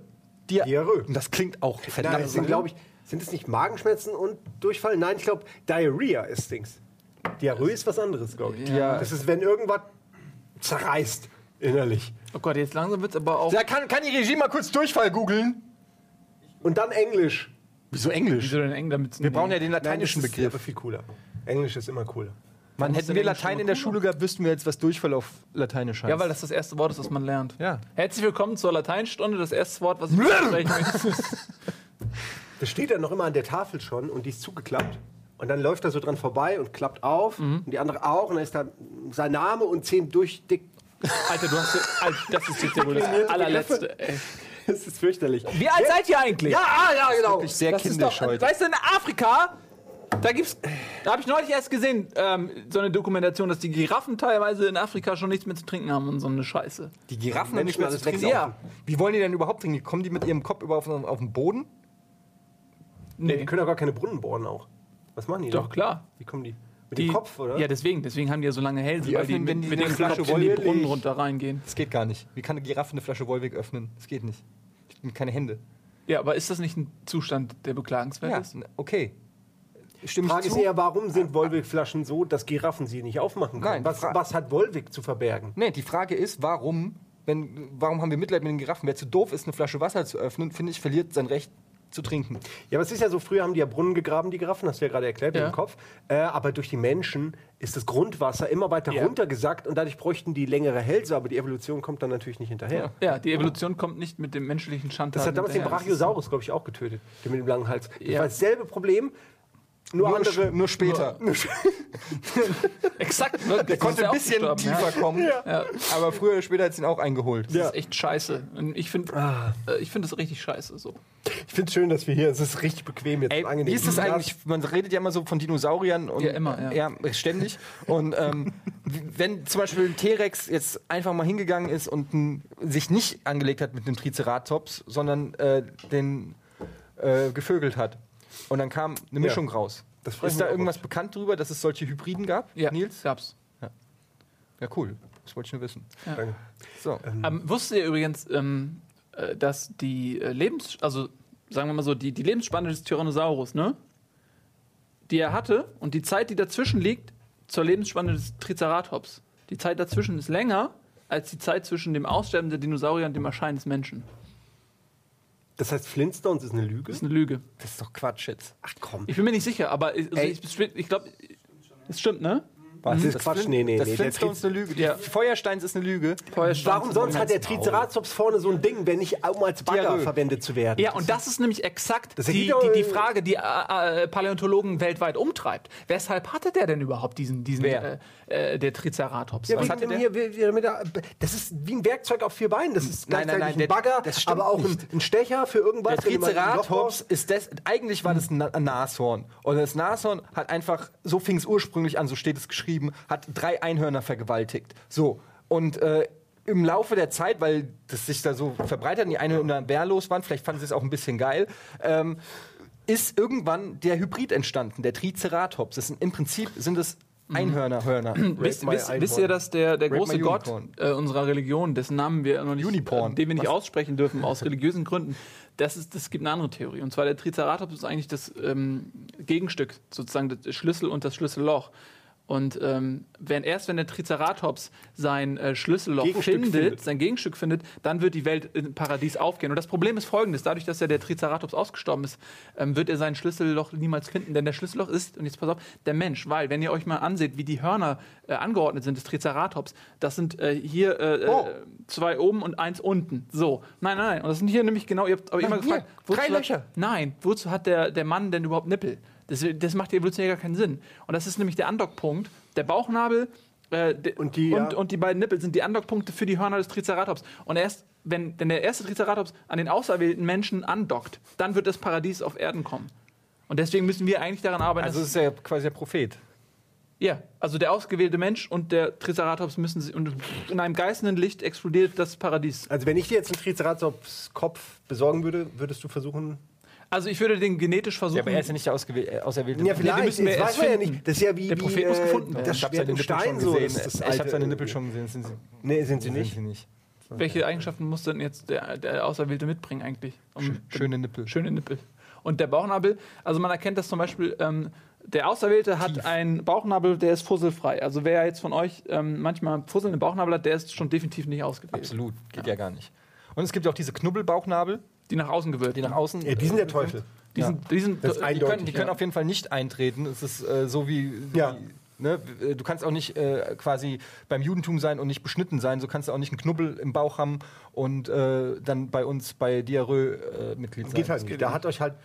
Speaker 2: Dia
Speaker 3: Diarrhoe.
Speaker 2: Und das klingt auch
Speaker 3: Nein,
Speaker 2: verdammt.
Speaker 3: das sind, glaube ich, sind es nicht Magenschmerzen und Durchfall? Nein, ich glaube, Diarrhea ist Dings. Diarrhoe ist was anderes, glaube ich.
Speaker 2: Ja.
Speaker 3: Das ist, wenn irgendwas zerreißt innerlich.
Speaker 1: Oh Gott, jetzt langsam wird's aber auch.
Speaker 2: da kann, kann die Regie mal kurz Durchfall googeln.
Speaker 3: Und dann Englisch.
Speaker 2: Wieso Englisch?
Speaker 1: Wieso denn eng damit?
Speaker 2: Wir brauchen ja den lateinischen
Speaker 3: das ist
Speaker 2: Begriff.
Speaker 3: aber viel cooler. Englisch ist immer cooler.
Speaker 2: Man
Speaker 1: Warum ist
Speaker 2: hätten
Speaker 1: denn
Speaker 2: wir
Speaker 1: Englisch
Speaker 2: Latein
Speaker 1: immer
Speaker 2: in der
Speaker 1: cooler?
Speaker 2: Schule gehabt, wüssten wir jetzt, was Durchfall auf Lateinisch heißt.
Speaker 1: Ja, weil das das erste Wort ist, das man lernt.
Speaker 2: Ja.
Speaker 1: Herzlich willkommen zur Lateinstunde. Das erste Wort,
Speaker 2: *laughs*
Speaker 1: was ich besprechen möchte.
Speaker 3: Das steht dann noch immer an der Tafel schon und die ist zugeklappt. Und dann läuft er so dran vorbei und klappt auf.
Speaker 2: Mhm.
Speaker 3: Und die andere auch. Und dann ist da sein Name und zehn durchdick.
Speaker 1: Alter, du hast. ja- Alter, das ist jetzt ja wohl das
Speaker 3: Deklinierte
Speaker 1: allerletzte. Ey.
Speaker 3: *laughs* Das ist fürchterlich.
Speaker 1: Wie alt seid ihr eigentlich?
Speaker 3: Ja, ah, ja, genau.
Speaker 2: wirklich sehr kindisch heute.
Speaker 1: Weißt du, in Afrika, da gibt's. Da habe ich neulich erst gesehen, ähm, so eine Dokumentation, dass die Giraffen teilweise in Afrika schon nichts mehr zu trinken haben und so eine Scheiße.
Speaker 2: Die Giraffen
Speaker 3: Menschen
Speaker 2: haben nicht mehr
Speaker 3: alles
Speaker 2: zu trinken.
Speaker 1: wegsaufen.
Speaker 2: Wie wollen die denn überhaupt trinken? Kommen die mit ihrem Kopf über auf, auf den Boden?
Speaker 3: Die
Speaker 1: Nee.
Speaker 3: können ja gar keine Brunnen bohren auch. Was machen die
Speaker 1: Doch,
Speaker 3: denn?
Speaker 1: klar.
Speaker 3: Wie kommen die? Mit
Speaker 1: Die-
Speaker 3: dem Kopf, oder?
Speaker 1: Ja, deswegen, deswegen haben die ja so lange Hälse,
Speaker 2: Die
Speaker 1: weil die
Speaker 2: öffnen,
Speaker 1: mit,
Speaker 2: wenn die
Speaker 1: mit
Speaker 2: eine
Speaker 1: dem
Speaker 2: Flasche
Speaker 1: Kopf in den
Speaker 2: Wollmilch-
Speaker 1: Brunnen runter reingehen.
Speaker 2: Das geht gar nicht. Wie kann eine Giraffe eine Flasche Wolwig öffnen? Das geht nicht. Die haben keine Hände.
Speaker 1: Ja, aber ist das nicht ein Zustand, der beklagenswert
Speaker 2: Ja,
Speaker 1: ist?
Speaker 2: okay.
Speaker 3: Die
Speaker 2: Stimme
Speaker 3: Frage
Speaker 2: ich
Speaker 3: ist
Speaker 2: zu?
Speaker 3: eher, warum sind Wolwig-Flaschen so, dass Giraffen sie nicht aufmachen
Speaker 2: Nein,
Speaker 3: können?
Speaker 2: die
Speaker 3: was,
Speaker 2: Fra-
Speaker 3: was hat Wolwig zu verbergen?
Speaker 2: Nee, die Frage ist, warum, wenn, warum haben wir Mitleid mit den Giraffen? Wer zu doof ist, eine Flasche Wasser zu öffnen, finde ich, verliert sein Recht zu trinken.
Speaker 3: Ja, aber es ist ja so, früher haben die ja Brunnen gegraben, die Giraffen, hast du ja gerade erklärt
Speaker 1: Ja.
Speaker 3: mit dem Kopf. Äh, aber durch die Menschen ist das Grundwasser immer weiter
Speaker 1: Ja.
Speaker 3: runtergesackt und dadurch bräuchten die längere Hälse, aber die Evolution kommt dann natürlich nicht hinterher.
Speaker 1: Ja, die Evolution kommt nicht mit dem menschlichen Schandtaten.
Speaker 3: Das hat damals den
Speaker 1: hinterher.
Speaker 3: Brachiosaurus, glaube ich, auch getötet, den mit dem langen Hals. Das
Speaker 1: Ja.
Speaker 3: war dasselbe Problem, nur, andere.
Speaker 2: sch- nur später.
Speaker 1: *laughs* Exakt. Ne?
Speaker 2: Der konnte ein bisschen tiefer kommen,
Speaker 1: Ja.
Speaker 2: aber früher oder später hat sie ihn auch eingeholt.
Speaker 1: Das ist echt scheiße. Und ich finde
Speaker 2: Ah.
Speaker 1: äh, ich find das richtig scheiße. So.
Speaker 3: Ich finde es schön, dass wir hier, es ist richtig bequem jetzt.
Speaker 2: Ey, wie ist es eigentlich? Man redet ja immer so von Dinosauriern und
Speaker 1: Ja, immer, ja.
Speaker 2: ständig. Und ähm, w- wenn zum Beispiel ein T-Rex jetzt einfach mal hingegangen ist und ein, sich nicht angelegt hat mit einem Triceratops, sondern äh, den äh, gevögelt hat. Und dann kam eine Mischung raus.
Speaker 3: Das frag ich
Speaker 2: ist
Speaker 3: mich
Speaker 2: da
Speaker 3: auch
Speaker 2: irgendwas bekannt drüber, dass es solche Hybriden gab,
Speaker 1: Ja,
Speaker 2: Nils?
Speaker 1: gab's.
Speaker 2: Ja, cool. Das wollte ich nur wissen.
Speaker 3: Danke.
Speaker 2: So.
Speaker 1: Ähm, wusstet ihr übrigens, ähm, äh, dass die äh, Lebens... Also, sagen wir mal so, die, die Lebensspanne des Tyrannosaurus, ne? Die er hatte und die Zeit, die dazwischen liegt, zur Lebensspanne des Triceratops. Die Zeit dazwischen ist länger als die Zeit zwischen dem Aussterben der Dinosaurier und dem Erscheinen des Menschen.
Speaker 3: Das heißt, Flintstones ist eine Lüge?
Speaker 1: Das ist eine Lüge.
Speaker 2: Das ist doch Quatsch jetzt.
Speaker 3: Ach komm.
Speaker 1: Ich bin mir nicht sicher, aber ich, äh, also
Speaker 2: Ey.
Speaker 1: ich, ich glaube, es stimmt, ne?
Speaker 3: Was ist Quatsch? Nee, nee,
Speaker 2: das
Speaker 3: nee. Der
Speaker 2: Flintstones ist eine Lüge.
Speaker 1: Ja.
Speaker 2: Die Feuersteins ist eine Lüge.
Speaker 1: Feuerstein
Speaker 3: Warum
Speaker 1: zum
Speaker 3: sonst hat der
Speaker 1: Moment.
Speaker 3: Triceratops vorne so ein Ding, wenn nicht um als Bagger
Speaker 2: Diarrhoe.
Speaker 3: verwendet zu werden?
Speaker 1: Ja, und das ist nämlich exakt
Speaker 3: Das
Speaker 1: die,
Speaker 3: ergibt
Speaker 1: die,
Speaker 3: doch-
Speaker 1: die Frage, die äh, äh, Paläontologen weltweit umtreibt. Weshalb hatte der denn überhaupt diesen, diesen
Speaker 2: Wer?
Speaker 1: Äh, äh, der Triceratops?
Speaker 3: Ja,
Speaker 1: Was
Speaker 3: wegen
Speaker 1: hatte
Speaker 3: dem
Speaker 1: der?
Speaker 3: hier, wie- wie- damit er- das ist wie ein Werkzeug auf vier Beinen. Das ist
Speaker 2: Nein, nein,
Speaker 3: gleichzeitig
Speaker 2: nein,
Speaker 3: ein
Speaker 2: der-
Speaker 3: Bagger,
Speaker 2: das stimmt
Speaker 3: aber auch ein,
Speaker 2: nicht.
Speaker 3: ein Stecher für irgendwas.
Speaker 2: Der
Speaker 3: wenn du mal ein Loch
Speaker 2: Triceratops
Speaker 3: brauchst.
Speaker 2: ist das. Eigentlich war das ein Na- ein Nashorn. Und das Nashorn hat einfach, so fing es ursprünglich an, so steht es geschrieben, hat drei Einhörner vergewaltigt. So. Und äh, im Laufe der Zeit, weil das sich da so verbreitet und die Einhörner wehrlos waren, vielleicht fanden sie es auch ein bisschen geil, ähm, ist irgendwann der Hybrid entstanden, der Triceratops. Das sind, Im Prinzip sind es Einhörnerhörner.
Speaker 1: Mhm. Wisst,
Speaker 3: my
Speaker 1: wisst,
Speaker 3: Einhorn.
Speaker 1: wisst ihr, dass der, der
Speaker 2: Rape
Speaker 1: große
Speaker 2: my
Speaker 1: Gott
Speaker 2: Unicorn.
Speaker 1: äh, unserer Religion, dessen Namen wir noch nicht,
Speaker 2: Uniporn.
Speaker 1: äh, den wir nicht
Speaker 2: Was?
Speaker 1: aussprechen dürfen, aus religiösen Gründen, das, ist, das gibt eine andere Theorie. Und zwar der Triceratops ist eigentlich das ähm, Gegenstück, sozusagen das Schlüssel und das Schlüsselloch. Und ähm, wenn, erst wenn der Triceratops sein äh, Schlüsselloch
Speaker 3: Gegenstück
Speaker 1: findet,
Speaker 3: findet.
Speaker 1: sein Gegenstück findet, dann wird die Welt im Paradies aufgehen. Und das Problem ist folgendes: Dadurch, dass ja der Triceratops ausgestorben ist, ähm, wird er sein Schlüsselloch niemals finden. Denn der Schlüsselloch ist, und jetzt pass auf, der Mensch. Weil, wenn ihr euch mal anseht, wie die Hörner äh, angeordnet sind des Triceratops, das sind äh, hier äh,
Speaker 2: Oh.
Speaker 1: äh, zwei oben und eins unten. So. Nein, nein, nein. Und das sind hier nämlich genau, ihr habt aber
Speaker 2: Nein,
Speaker 1: immer
Speaker 2: hier.
Speaker 1: gefragt:
Speaker 2: Drei
Speaker 1: hat-
Speaker 2: Löcher.
Speaker 1: Nein, wozu hat der, der Mann denn überhaupt Nippel? Das, das macht evolutionär gar keinen Sinn. Und das ist nämlich der Andockpunkt. Der Bauchnabel äh, de-
Speaker 3: Und die,
Speaker 1: und,
Speaker 3: ja.
Speaker 1: und die beiden Nippel sind die Andockpunkte für die Hörner des Triceratops. Und erst, wenn, wenn der erste Triceratops an den auserwählten Menschen andockt, dann wird das Paradies auf Erden kommen. Und deswegen müssen wir eigentlich daran arbeiten,
Speaker 2: Also
Speaker 1: dass,
Speaker 2: ist er quasi der Prophet.
Speaker 1: ja, also der ausgewählte Mensch und der Triceratops müssen sie, und in einem geißenden Licht explodiert das Paradies.
Speaker 3: Also wenn ich dir jetzt einen Triceratops-Kopf besorgen würde, würdest du versuchen...
Speaker 1: Also ich würde den genetisch versuchen.
Speaker 2: Ja, aber er ist ja nicht der ausgewähl äh, auserwählte.
Speaker 3: Ja,
Speaker 2: Mann.
Speaker 1: vielleicht,
Speaker 3: vielleicht,
Speaker 1: müssen wir
Speaker 3: das
Speaker 1: erst
Speaker 3: weiß man ja
Speaker 1: finden.
Speaker 3: nicht. Das ist ja wie,
Speaker 1: Der Prophet
Speaker 3: wie äh,
Speaker 1: muss gefunden werden.
Speaker 3: das
Speaker 2: Äh, Ich habe seine
Speaker 3: Schwert im
Speaker 2: Nippel
Speaker 3: Stein.
Speaker 2: schon
Speaker 3: So,
Speaker 2: gesehen.
Speaker 3: das ist das
Speaker 2: ich habe
Speaker 3: alte
Speaker 2: seine Nippel
Speaker 3: irgendwie.
Speaker 2: schon gesehen. Sind sie,
Speaker 3: Nee, sind sie
Speaker 2: sind
Speaker 3: nicht.
Speaker 2: sie nicht.
Speaker 1: Welche Eigenschaften muss denn jetzt der, der Auserwählte mitbringen eigentlich?
Speaker 2: Hm,
Speaker 1: Um
Speaker 2: Schöne Nippel.
Speaker 1: schöne Nippel. Und der Bauchnabel, also man erkennt das zum Beispiel, ähm, der Auserwählte hat einen Bauchnabel, der ist fusselfrei. Also wer jetzt von euch ähm, manchmal fusselnde Bauchnabel hat, der ist schon definitiv nicht ausgewählt.
Speaker 2: Absolut, geht ja. gar nicht. Und es gibt ja auch diese Knubbelbauchnabel,
Speaker 1: Die nach außen gewölbt.
Speaker 2: die nach außen. Äh,
Speaker 3: Ja, die sind der Teufel.
Speaker 1: die sind, die sind,
Speaker 3: Das ist
Speaker 2: die können, die
Speaker 3: eindeutig,
Speaker 2: können auf jeden Fall nicht eintreten. Es ist äh, so wie.
Speaker 3: Ja.
Speaker 2: wie Ne, äh, du kannst auch nicht äh, quasi beim Judentum sein und nicht beschnitten sein. So kannst du auch nicht einen Knubbel im Bauch haben und äh, dann bei uns bei Diarrhoe äh, Mitglied sein.
Speaker 3: Geht halt nicht. Da hat euch halt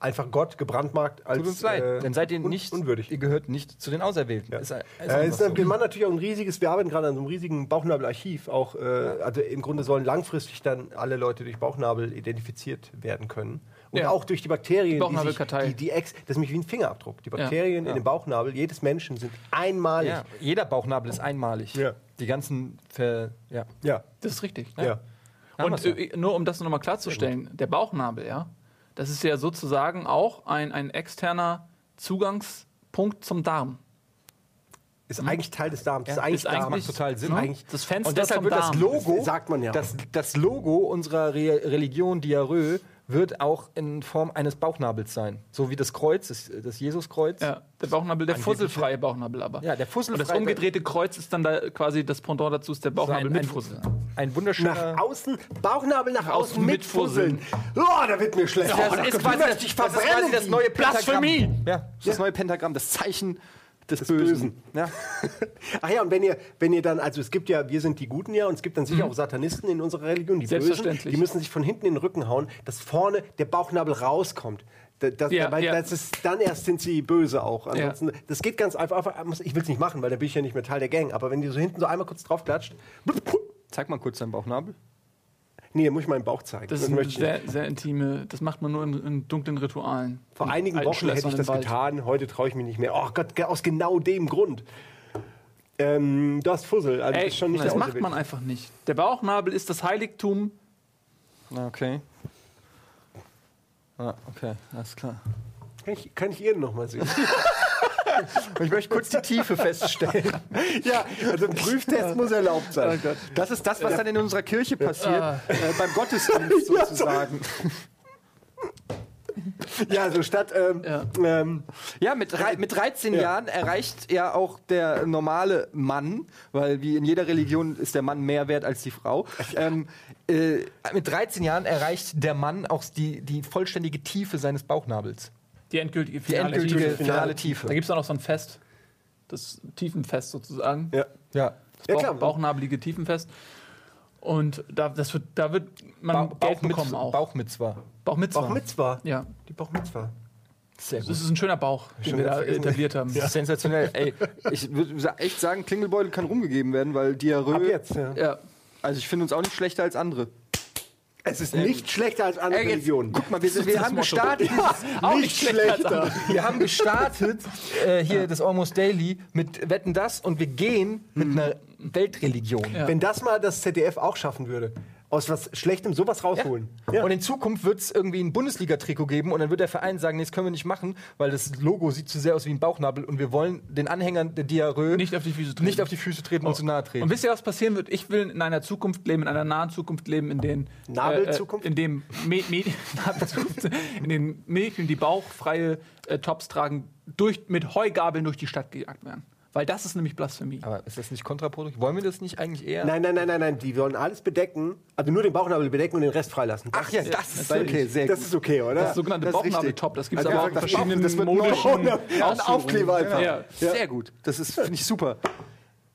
Speaker 3: einfach Gott gebrandmarkt als...
Speaker 2: Tut uns leid,
Speaker 3: äh,
Speaker 2: dann seid ihr
Speaker 3: un-
Speaker 2: nicht
Speaker 3: unwürdig.
Speaker 2: Ihr gehört nicht zu den Auserwählten.
Speaker 3: Ja.
Speaker 2: Ist- Äh, ist einfach
Speaker 3: Ja, ist
Speaker 2: so.
Speaker 3: dem Mann natürlich auch ein riesiges, wir arbeiten gerade an so einem riesigen Bauchnabelarchiv. Auch, äh, also im Grunde sollen langfristig dann alle Leute durch Bauchnabel identifiziert werden können. Und
Speaker 1: Ja.
Speaker 3: auch durch die Bakterien, die, sich,
Speaker 1: Bauchnabelkartei.
Speaker 3: die, die ex, das ist nämlich wie ein Fingerabdruck. Die Bakterien in dem Bauchnabel jedes Menschen sind einmalig.
Speaker 2: Ja, jeder Bauchnabel ist einmalig.
Speaker 3: Ja.
Speaker 2: Die ganzen. Ver ja.
Speaker 3: Ja,
Speaker 1: das ist richtig.
Speaker 3: ja.
Speaker 1: ne?
Speaker 2: Haben
Speaker 1: Und
Speaker 2: wir's ja.
Speaker 1: äh, nur um das nochmal klarzustellen, der Bauchnabel, ja, das ist ja sozusagen auch ein, ein externer Zugangspunkt zum Darm.
Speaker 3: Ist eigentlich Teil des Darms. ist eigentlich
Speaker 1: ist eigentlich-
Speaker 3: Darm. Hm?
Speaker 2: macht total Sinn.
Speaker 1: ne?
Speaker 2: Eigentlich-
Speaker 1: Das Fenster
Speaker 2: und deshalb
Speaker 1: zum
Speaker 2: wird das
Speaker 1: Darm.
Speaker 2: Logo,
Speaker 3: Das sagt man ja.
Speaker 2: das, das Logo unserer Re Religion Diarrhoe wird auch in Form eines Bauchnabels sein, so wie das Kreuz, das, das Jesuskreuz.
Speaker 1: Ja, der Bauchnabel, der fusselfreie Bauchnabel aber.
Speaker 2: Ja, der
Speaker 1: Und das
Speaker 2: fusselfreie-
Speaker 1: umgedrehte Kreuz ist dann da quasi das Pendant dazu, ist der
Speaker 2: So
Speaker 1: Bauchnabel
Speaker 2: ein,
Speaker 1: mit
Speaker 2: ein,
Speaker 1: Fussel.
Speaker 2: ein
Speaker 3: Nach
Speaker 2: wunderschöner.
Speaker 3: außen, Bauchnabel nach außen,
Speaker 1: außen
Speaker 3: mitfusseln. Oh, da wird mir schlecht. Oh, da könnte ich mich
Speaker 2: das ist quasi
Speaker 3: verbrennen.
Speaker 2: das neue Pentagramm.
Speaker 1: Blasphemie!
Speaker 2: Ja, das ist das neue Pentagramm, das Zeichen des, Bösen. Ja.
Speaker 3: Ach ja, und wenn ihr, wenn ihr dann, also es gibt ja, wir sind die Guten ja, und es gibt dann sicher auch Satanisten in unserer Religion, die
Speaker 1: Selbstverständlich.
Speaker 3: Bösen, die müssen sich von hinten in den Rücken hauen, dass vorne der Bauchnabel rauskommt. Da- Das,
Speaker 1: Ja,
Speaker 3: dabei,
Speaker 1: ja.
Speaker 3: das ist, dann erst sind sie böse auch. Ansonsten, Das geht ganz einfach. einfach muss- ich will es nicht machen, weil dann bin ich ja nicht mehr Teil der Gang. Aber wenn die so hinten so einmal kurz drauf klatscht,
Speaker 2: Zeig mal kurz deinen Bauchnabel.
Speaker 3: nee, dann muss ich meinen Bauch zeigen.
Speaker 1: Das
Speaker 3: Dann
Speaker 1: sind
Speaker 3: möchte ich-
Speaker 1: sehr, sehr intime, das macht man nur in, in dunklen Ritualen.
Speaker 3: Vor
Speaker 1: In
Speaker 3: einigen
Speaker 1: alten
Speaker 3: Wochen hätte
Speaker 1: Schlössern
Speaker 3: ich
Speaker 1: im
Speaker 3: das
Speaker 1: Wald.
Speaker 3: getan, heute traue ich mich nicht mehr. Oh Gott, ge- aus genau dem Grund. Ähm, du hast Fussel, also
Speaker 1: Ey,
Speaker 3: bist schon nicht
Speaker 1: das
Speaker 3: der
Speaker 1: macht man
Speaker 3: Auserwählte.
Speaker 1: einfach nicht. Der Bauchnabel ist das Heiligtum.
Speaker 2: Ah, Okay. Ah, okay, alles klar.
Speaker 3: Kann ich, kann ich Ihnen noch
Speaker 1: *laughs*
Speaker 3: mal sehen?
Speaker 2: Ich möchte kurz die Tiefe feststellen. *laughs* Oh
Speaker 3: ja, also ein Prüftest muss erlaubt sein.
Speaker 2: Das ist das, was dann in unserer Kirche passiert, äh, beim *laughs* Gottesdienst
Speaker 3: Ja, so.
Speaker 2: sozusagen.
Speaker 3: Ja, also statt ähm,
Speaker 1: Ja.
Speaker 3: ähm,
Speaker 2: Ja, mit, drei- mit 13
Speaker 3: Ja.
Speaker 2: Jahren erreicht ja auch der normale Mann, weil wie in jeder Religion ist der Mann mehr wert als die Frau. Ähm, äh, mit 13 Jahren erreicht der Mann auch die, die vollständige Tiefe seines Bauchnabels.
Speaker 1: Die endgültige
Speaker 2: Die
Speaker 1: finale
Speaker 2: endgültige
Speaker 1: Tiefe.
Speaker 2: finale
Speaker 1: Da
Speaker 2: Tiefe.
Speaker 1: gibt es auch noch so ein Fest. das Tiefenfest sozusagen.
Speaker 3: Ja.
Speaker 2: Ja.
Speaker 1: Das
Speaker 3: Ja,
Speaker 1: Bauch,
Speaker 3: klar.
Speaker 1: Bauchnabelige Tiefenfest. Und da, das wird, da wird man Geld bekommen auch. Bauch,
Speaker 2: Bauchmitzwa.
Speaker 1: Bauchmitzwa.
Speaker 3: Bauchmitzwa.
Speaker 1: Ja,
Speaker 3: Die Bauchmitzwa.
Speaker 2: Sehr
Speaker 1: das ist ein schöner Bauch, den
Speaker 3: Schon
Speaker 1: wir
Speaker 3: wieder
Speaker 1: da
Speaker 3: vergessen.
Speaker 1: etabliert haben.
Speaker 3: Ja.
Speaker 2: Sensationell.
Speaker 4: Ey, ich würde echt sagen, Klingelbeutel kann rumgegeben werden, weil
Speaker 2: Äh,
Speaker 3: Ab
Speaker 4: Diarrhoe.
Speaker 3: jetzt, ja.
Speaker 1: Ja.
Speaker 4: Also ich finde uns auch nicht schlechter als andere.
Speaker 3: Es
Speaker 1: Äh,
Speaker 3: ist nicht schlechter als
Speaker 2: Äh,
Speaker 3: andere
Speaker 4: Ey, jetzt-
Speaker 3: Religionen.
Speaker 4: Guck mal, wir, sind- wir
Speaker 1: Das
Speaker 4: haben
Speaker 1: Motto.
Speaker 4: gestartet.
Speaker 1: Auch nicht schlechter als andere.
Speaker 2: Wir haben gestartet, äh, hier das Almost Daily, mit Wetten das und wir gehen mit einer Weltreligion.
Speaker 1: Mhm. Ja.
Speaker 3: Wenn das mal das ZDF auch schaffen würde, aus was Schlechtem sowas rausholen. Ja.
Speaker 2: Und in Zukunft wird es irgendwie ein Bundesliga-Trikot geben und dann wird der Verein sagen, nee, das können wir nicht machen, weil das Logo sieht zu sehr aus wie ein Bauchnabel und wir wollen den Anhängern der Diarrhoe
Speaker 1: Nicht auf die Füße treten.
Speaker 2: nicht auf die Füße treten und zu nahe treten.
Speaker 1: Und wisst ihr, was passieren wird? Ich will in einer Zukunft leben, in einer nahen Zukunft leben, in den
Speaker 3: Nabelzukunft?
Speaker 1: äh, in dem Me Me *laughs* Nabelzukunft, in den Mädchen, die bauchfreie äh, Tops tragen, durch, mit Heugabeln durch die Stadt gejagt werden. Weil das ist nämlich Blasphemie.
Speaker 2: Aber ist das nicht kontraproduktiv? Wollen wir das nicht eigentlich eher?
Speaker 3: Nein, nein, nein, nein, nein. Die wollen alles bedecken, also nur den Bauchnabel bedecken und den Rest freilassen. Das,
Speaker 2: ja, das
Speaker 4: ist okay, sehr
Speaker 3: das
Speaker 4: gut.
Speaker 3: ist okay, oder?
Speaker 1: Das sogenannte
Speaker 4: das ist richtig.
Speaker 1: Bauchnabeltop, das gibt es
Speaker 4: Also
Speaker 1: aber auch in
Speaker 4: einfach das
Speaker 1: verschiedenen
Speaker 4: Bauch- das wird
Speaker 1: modischen
Speaker 3: neu.
Speaker 4: Ja, ein Aufkleber einfach.
Speaker 1: Ja.
Speaker 4: Sehr gut. Das ist finde ich super.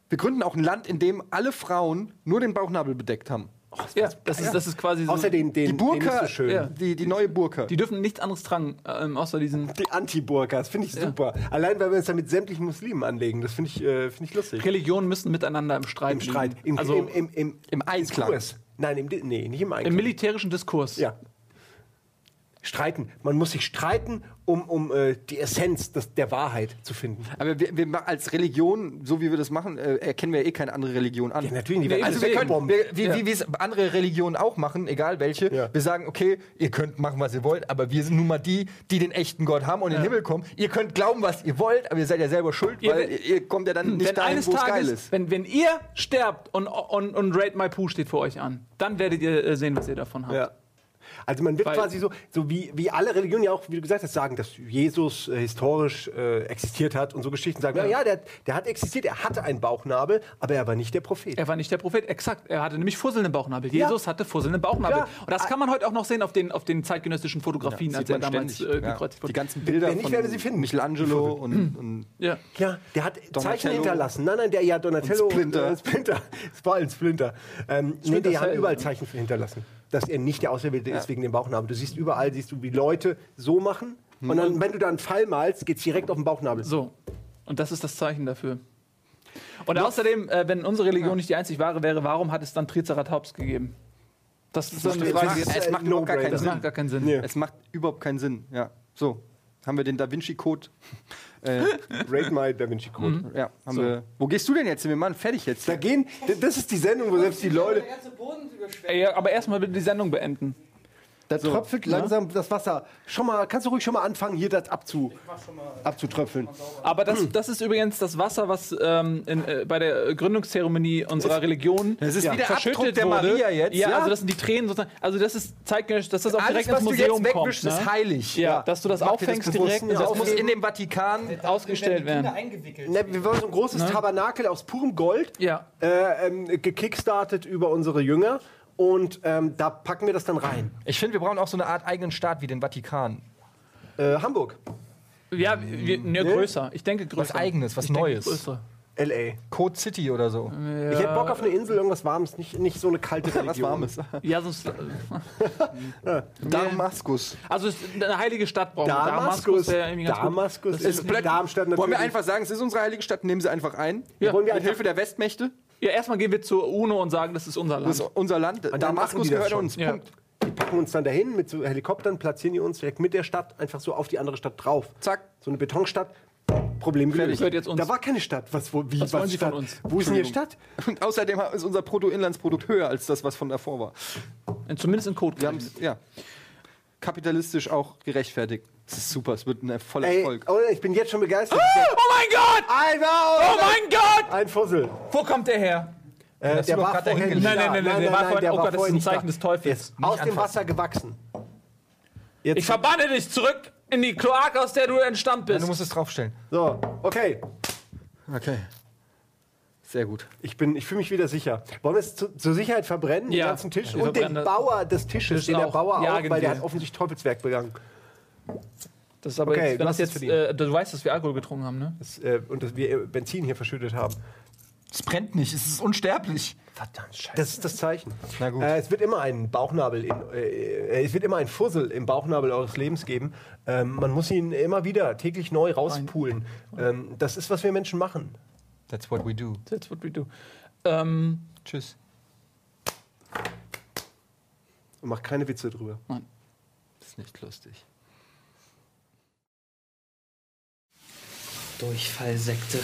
Speaker 4: Wir gründen auch ein Land, in dem alle Frauen nur den Bauchnabel bedeckt haben.
Speaker 1: Ja, das ist, das ist quasi so.
Speaker 3: Außer den, den
Speaker 4: Die
Speaker 3: den ist
Speaker 4: Burka,
Speaker 3: so schön.
Speaker 1: Ja.
Speaker 4: die, die neue Burka.
Speaker 1: Die dürfen nichts anderes tragen, ähm, außer diesen.
Speaker 3: Die Anti-Burka, das finde ich super. Allein, weil wir uns da mit sämtlichen Muslimen anlegen, das finde ich, äh, finde ich lustig.
Speaker 1: Religionen müssen miteinander im Streit.
Speaker 3: Im Streit.
Speaker 1: liegen.
Speaker 3: Im,
Speaker 1: also
Speaker 3: im,
Speaker 1: im,
Speaker 3: im, im,
Speaker 4: Im Einklang.
Speaker 3: Kurs. Nein, im, Di- nee, nicht im Einklang.
Speaker 1: militärischen Diskurs.
Speaker 3: ja. Streiten. Man muss sich streiten, um, um äh, die Essenz des, der Wahrheit zu finden.
Speaker 4: Aber wir, wir ma- als Religion, so wie wir das machen, äh, erkennen wir eh keine andere Religion an.
Speaker 3: Ja, natürlich, die
Speaker 1: Nee,
Speaker 3: werden
Speaker 1: also
Speaker 2: Also wir
Speaker 1: Deswegen.
Speaker 2: können,
Speaker 3: wegbomben.
Speaker 2: wir, wie, wie wir es andere Religionen auch machen, egal welche,
Speaker 3: Ja.
Speaker 2: wir sagen, okay, ihr könnt machen, was ihr wollt, aber wir sind nun mal die, die den echten Gott haben und in den Himmel kommen. Ihr könnt glauben, was ihr wollt, aber ihr seid ja selber schuld,
Speaker 4: Weil
Speaker 2: weil
Speaker 4: ihr, ihr kommt ja dann nicht
Speaker 1: wenn
Speaker 4: dahin,
Speaker 1: eines
Speaker 4: wo es geil
Speaker 1: Tages,
Speaker 4: ist.
Speaker 1: Wenn, wenn ihr sterbt und, und, und Raid My Poo steht für euch an, dann werdet ihr äh, sehen, was ihr davon habt.
Speaker 3: Ja. Also man wird
Speaker 1: Weil-
Speaker 3: quasi so, so wie, wie alle Religionen ja auch, wie du gesagt hast, sagen, dass Jesus äh, historisch äh, existiert hat und so Geschichten sagen, ja, ja der, der hat existiert, er hatte einen Bauchnabel, aber er war nicht der Prophet.
Speaker 1: Er war nicht der Prophet, exakt. Er hatte nämlich fusselnde Bauchnabel.
Speaker 3: Ja.
Speaker 1: Jesus hatte fusselnde Bauchnabel.
Speaker 3: Klar.
Speaker 1: Und das kann man heute auch noch sehen auf den, auf den zeitgenössischen Fotografien, als
Speaker 4: Ah. Sieht
Speaker 1: er
Speaker 4: man
Speaker 1: damals äh,
Speaker 4: ständig. Ja.
Speaker 1: gekreuzigt
Speaker 4: Die
Speaker 1: wurde.
Speaker 4: ganzen Bilder
Speaker 3: Wenn nicht,
Speaker 4: von
Speaker 3: werde sie finden.
Speaker 4: Michelangelo und, und
Speaker 1: Ja.
Speaker 3: Ja, der hat Zeichen
Speaker 4: Donatello.
Speaker 3: hinterlassen. Nein, nein, der ja Donatello.
Speaker 4: Und Splinter.
Speaker 3: äh, Splinter. Es war ein Splinter. Ähm, nee, die
Speaker 1: Splinter
Speaker 3: haben
Speaker 1: Cell,
Speaker 3: überall
Speaker 1: ne?
Speaker 3: Zeichen für hinterlassen. Dass er nicht der Auserwählte ist wegen dem Bauchnabel. Du siehst überall, siehst du, wie Leute so machen. Und dann, wenn du da einen Pfeil malst, geht's direkt auf den Bauchnabel.
Speaker 1: So. Und das ist das Zeichen dafür. Und außerdem, äh, wenn unsere Religion nicht die einzig wahre wäre, warum hat es dann Triceratops gegeben? Das ist so eine
Speaker 4: stimmt.
Speaker 1: Frage. die-
Speaker 4: Es macht- es macht
Speaker 3: ein
Speaker 4: überhaupt gar
Speaker 3: No-Brainer.
Speaker 4: keinen
Speaker 1: Das
Speaker 4: Sinn.
Speaker 1: macht gar keinen Sinn.
Speaker 3: Nee.
Speaker 4: es macht überhaupt keinen Sinn. Ja, so haben wir den Da Vinci Code. Äh,
Speaker 3: Rate my Da Vinci Code.
Speaker 2: Mhm.
Speaker 4: ja, haben wir. Wo gehst du denn jetzt? hin? Wir machen fertig jetzt.
Speaker 3: Da gehen, d- das ist die Sendung, wo selbst die Leute.
Speaker 1: Ey, aber erstmal bitte die Sendung beenden.
Speaker 3: Da tröpfelt langsam das Wasser. Schon mal, kannst du ruhig schon mal anfangen, hier das abzu, abzutröpfeln.
Speaker 1: Aber das, das ist übrigens das Wasser, was ähm, in, äh, bei der Gründungszeremonie unserer Religion
Speaker 4: Es ist wieder
Speaker 1: verschüttet
Speaker 2: Abdruck der
Speaker 1: wurde.
Speaker 2: Maria jetzt,
Speaker 1: Ja,
Speaker 2: ja.
Speaker 1: also das sind die Tränen sozusagen. Also das ist zeitgenössisch, dass das auch
Speaker 2: alles,
Speaker 1: direkt
Speaker 2: was
Speaker 1: ins
Speaker 2: du
Speaker 1: Museum
Speaker 2: jetzt wegwischst,
Speaker 1: kommt.
Speaker 2: ist
Speaker 1: ne?
Speaker 2: heilig.
Speaker 1: Ja, dass du das
Speaker 2: Macht dir
Speaker 1: auffängst
Speaker 2: bewusst?
Speaker 1: direkt.
Speaker 2: Und das
Speaker 1: das
Speaker 2: muss in dem Vatikan.
Speaker 1: ausgestellt werden.
Speaker 5: eingewickelt.
Speaker 3: Ne, wir wollen so ein großes Tabernakel aus purem Gold,
Speaker 1: Ja.
Speaker 3: äh, ähm, gekickstartet über unsere Jünger. Und ähm, da packen wir das dann rein.
Speaker 2: Ich finde, wir brauchen auch so eine Art eigenen Staat wie den Vatikan.
Speaker 3: Äh, Hamburg,
Speaker 1: Ja, wir, ne, größer. Ich denke größer.
Speaker 2: Hm? Was Eigenes, was
Speaker 1: Ich denke,
Speaker 2: Neues.
Speaker 1: größer.
Speaker 3: L.A.
Speaker 2: Code City oder so.
Speaker 3: Ich hätte Bock auf eine Insel, irgendwas Warmes, nicht, nicht so eine
Speaker 1: *laughs*
Speaker 3: kalte Region.
Speaker 4: Was Warmes.
Speaker 1: Ja, sonst, äh,
Speaker 4: Damaskus.
Speaker 1: also es ist eine heilige Stadt brauchen wir.
Speaker 3: Damaskus.
Speaker 1: wäre Oh, irgendwie ganz gut.
Speaker 3: Damaskus
Speaker 1: Das
Speaker 3: ist Also Darmstadt natürlich.
Speaker 4: Wollen wir einfach sagen, es ist unsere heilige Stadt, nehmen sie einfach ein.
Speaker 1: Ja.
Speaker 3: Wollen wir
Speaker 4: Mit
Speaker 3: einfach-
Speaker 4: Hilfe der Westmächte.
Speaker 1: Ja, erstmal gehen wir zur UNO und sagen, das ist unser
Speaker 4: Das
Speaker 1: Land.
Speaker 4: ist unser Land.
Speaker 3: Also- dann machen
Speaker 4: Damaskus
Speaker 3: die das
Speaker 4: gehört
Speaker 3: schon.
Speaker 4: uns.
Speaker 1: Ja.
Speaker 4: Punkt.
Speaker 3: Die packen uns dann dahin mit so Helikoptern, platzieren die uns direkt mit der Stadt einfach so auf die andere Stadt drauf.
Speaker 4: Zack.
Speaker 3: So eine Betonstadt. Problem gelöst.
Speaker 1: Gehört jetzt uns.
Speaker 3: Da war keine Stadt. Was, wo, wie,
Speaker 1: Was wollen Sie von
Speaker 3: Stadt?
Speaker 1: uns?
Speaker 3: Wo ist denn hier Stadt?
Speaker 4: Und außerdem ist unser Bruttoinlandsprodukt höher als das, was von davor war.
Speaker 1: Zumindest in Code.
Speaker 4: Wir haben es, ja. Kapitalistisch auch gerechtfertigt. Das ist super, es wird ein voller
Speaker 3: Ey,
Speaker 4: Erfolg.
Speaker 3: oh, ich bin jetzt schon begeistert.
Speaker 1: Oh mein Gott!
Speaker 3: Alter,
Speaker 1: Oh mein Gott!
Speaker 3: Ein Fussel.
Speaker 1: Wo kommt der her?
Speaker 3: Äh,
Speaker 2: hast du doch gerade dahin gelegt.
Speaker 1: Nein, nein, nein, nein, der war vorhin- oh Gott, das ist ein Zeichen des Teufels.
Speaker 3: Aus dem Wasser gewachsen. Jetzt,
Speaker 1: Ich verbanne dich zurück in die Kloake, aus der du entstammt
Speaker 2: Du
Speaker 1: bist.
Speaker 2: musst es draufstellen.
Speaker 3: so, okay.
Speaker 4: Okay. Sehr gut.
Speaker 3: Ich, bin- ich fühle mich wieder sicher. Wollen wir es zu, zur Sicherheit verbrennen,
Speaker 1: Ja.
Speaker 3: den ganzen Tisch?
Speaker 1: Ja, wir
Speaker 3: und den
Speaker 1: verbrennen das-
Speaker 3: Bauer des Tisches,
Speaker 1: Tisch
Speaker 3: den der
Speaker 1: auch.
Speaker 3: Bauer
Speaker 1: Ja,
Speaker 3: auch, weil der
Speaker 1: genau.
Speaker 3: hat offensichtlich Teufelswerk begangen.
Speaker 1: Das ist aber
Speaker 3: Okay,
Speaker 1: jetzt,
Speaker 3: du
Speaker 1: wenn das
Speaker 3: hast es
Speaker 1: jetzt,
Speaker 3: verdient.
Speaker 1: äh, du weißt, dass wir Alkohol getrunken haben, ne?
Speaker 3: Das, äh, und dass wir äh, Benzin hier verschüttet haben.
Speaker 5: Es brennt nicht, es ist unsterblich.
Speaker 3: Verdammt, scheiße. Das ist das Zeichen.
Speaker 4: Na gut.
Speaker 3: Äh, es wird immer einen Bauchnabel, in, äh, es wird immer einen Fussel im Bauchnabel eures Lebens geben. Ähm, man muss ihn immer wieder täglich neu rauspulen. Ähm, das ist, was wir Menschen machen.
Speaker 4: That's what we do.
Speaker 1: That's what we do. Ähm,
Speaker 4: Tschüss.
Speaker 3: Und mach keine Witze drüber.
Speaker 4: Ist nicht lustig.
Speaker 6: Durchfallsekte.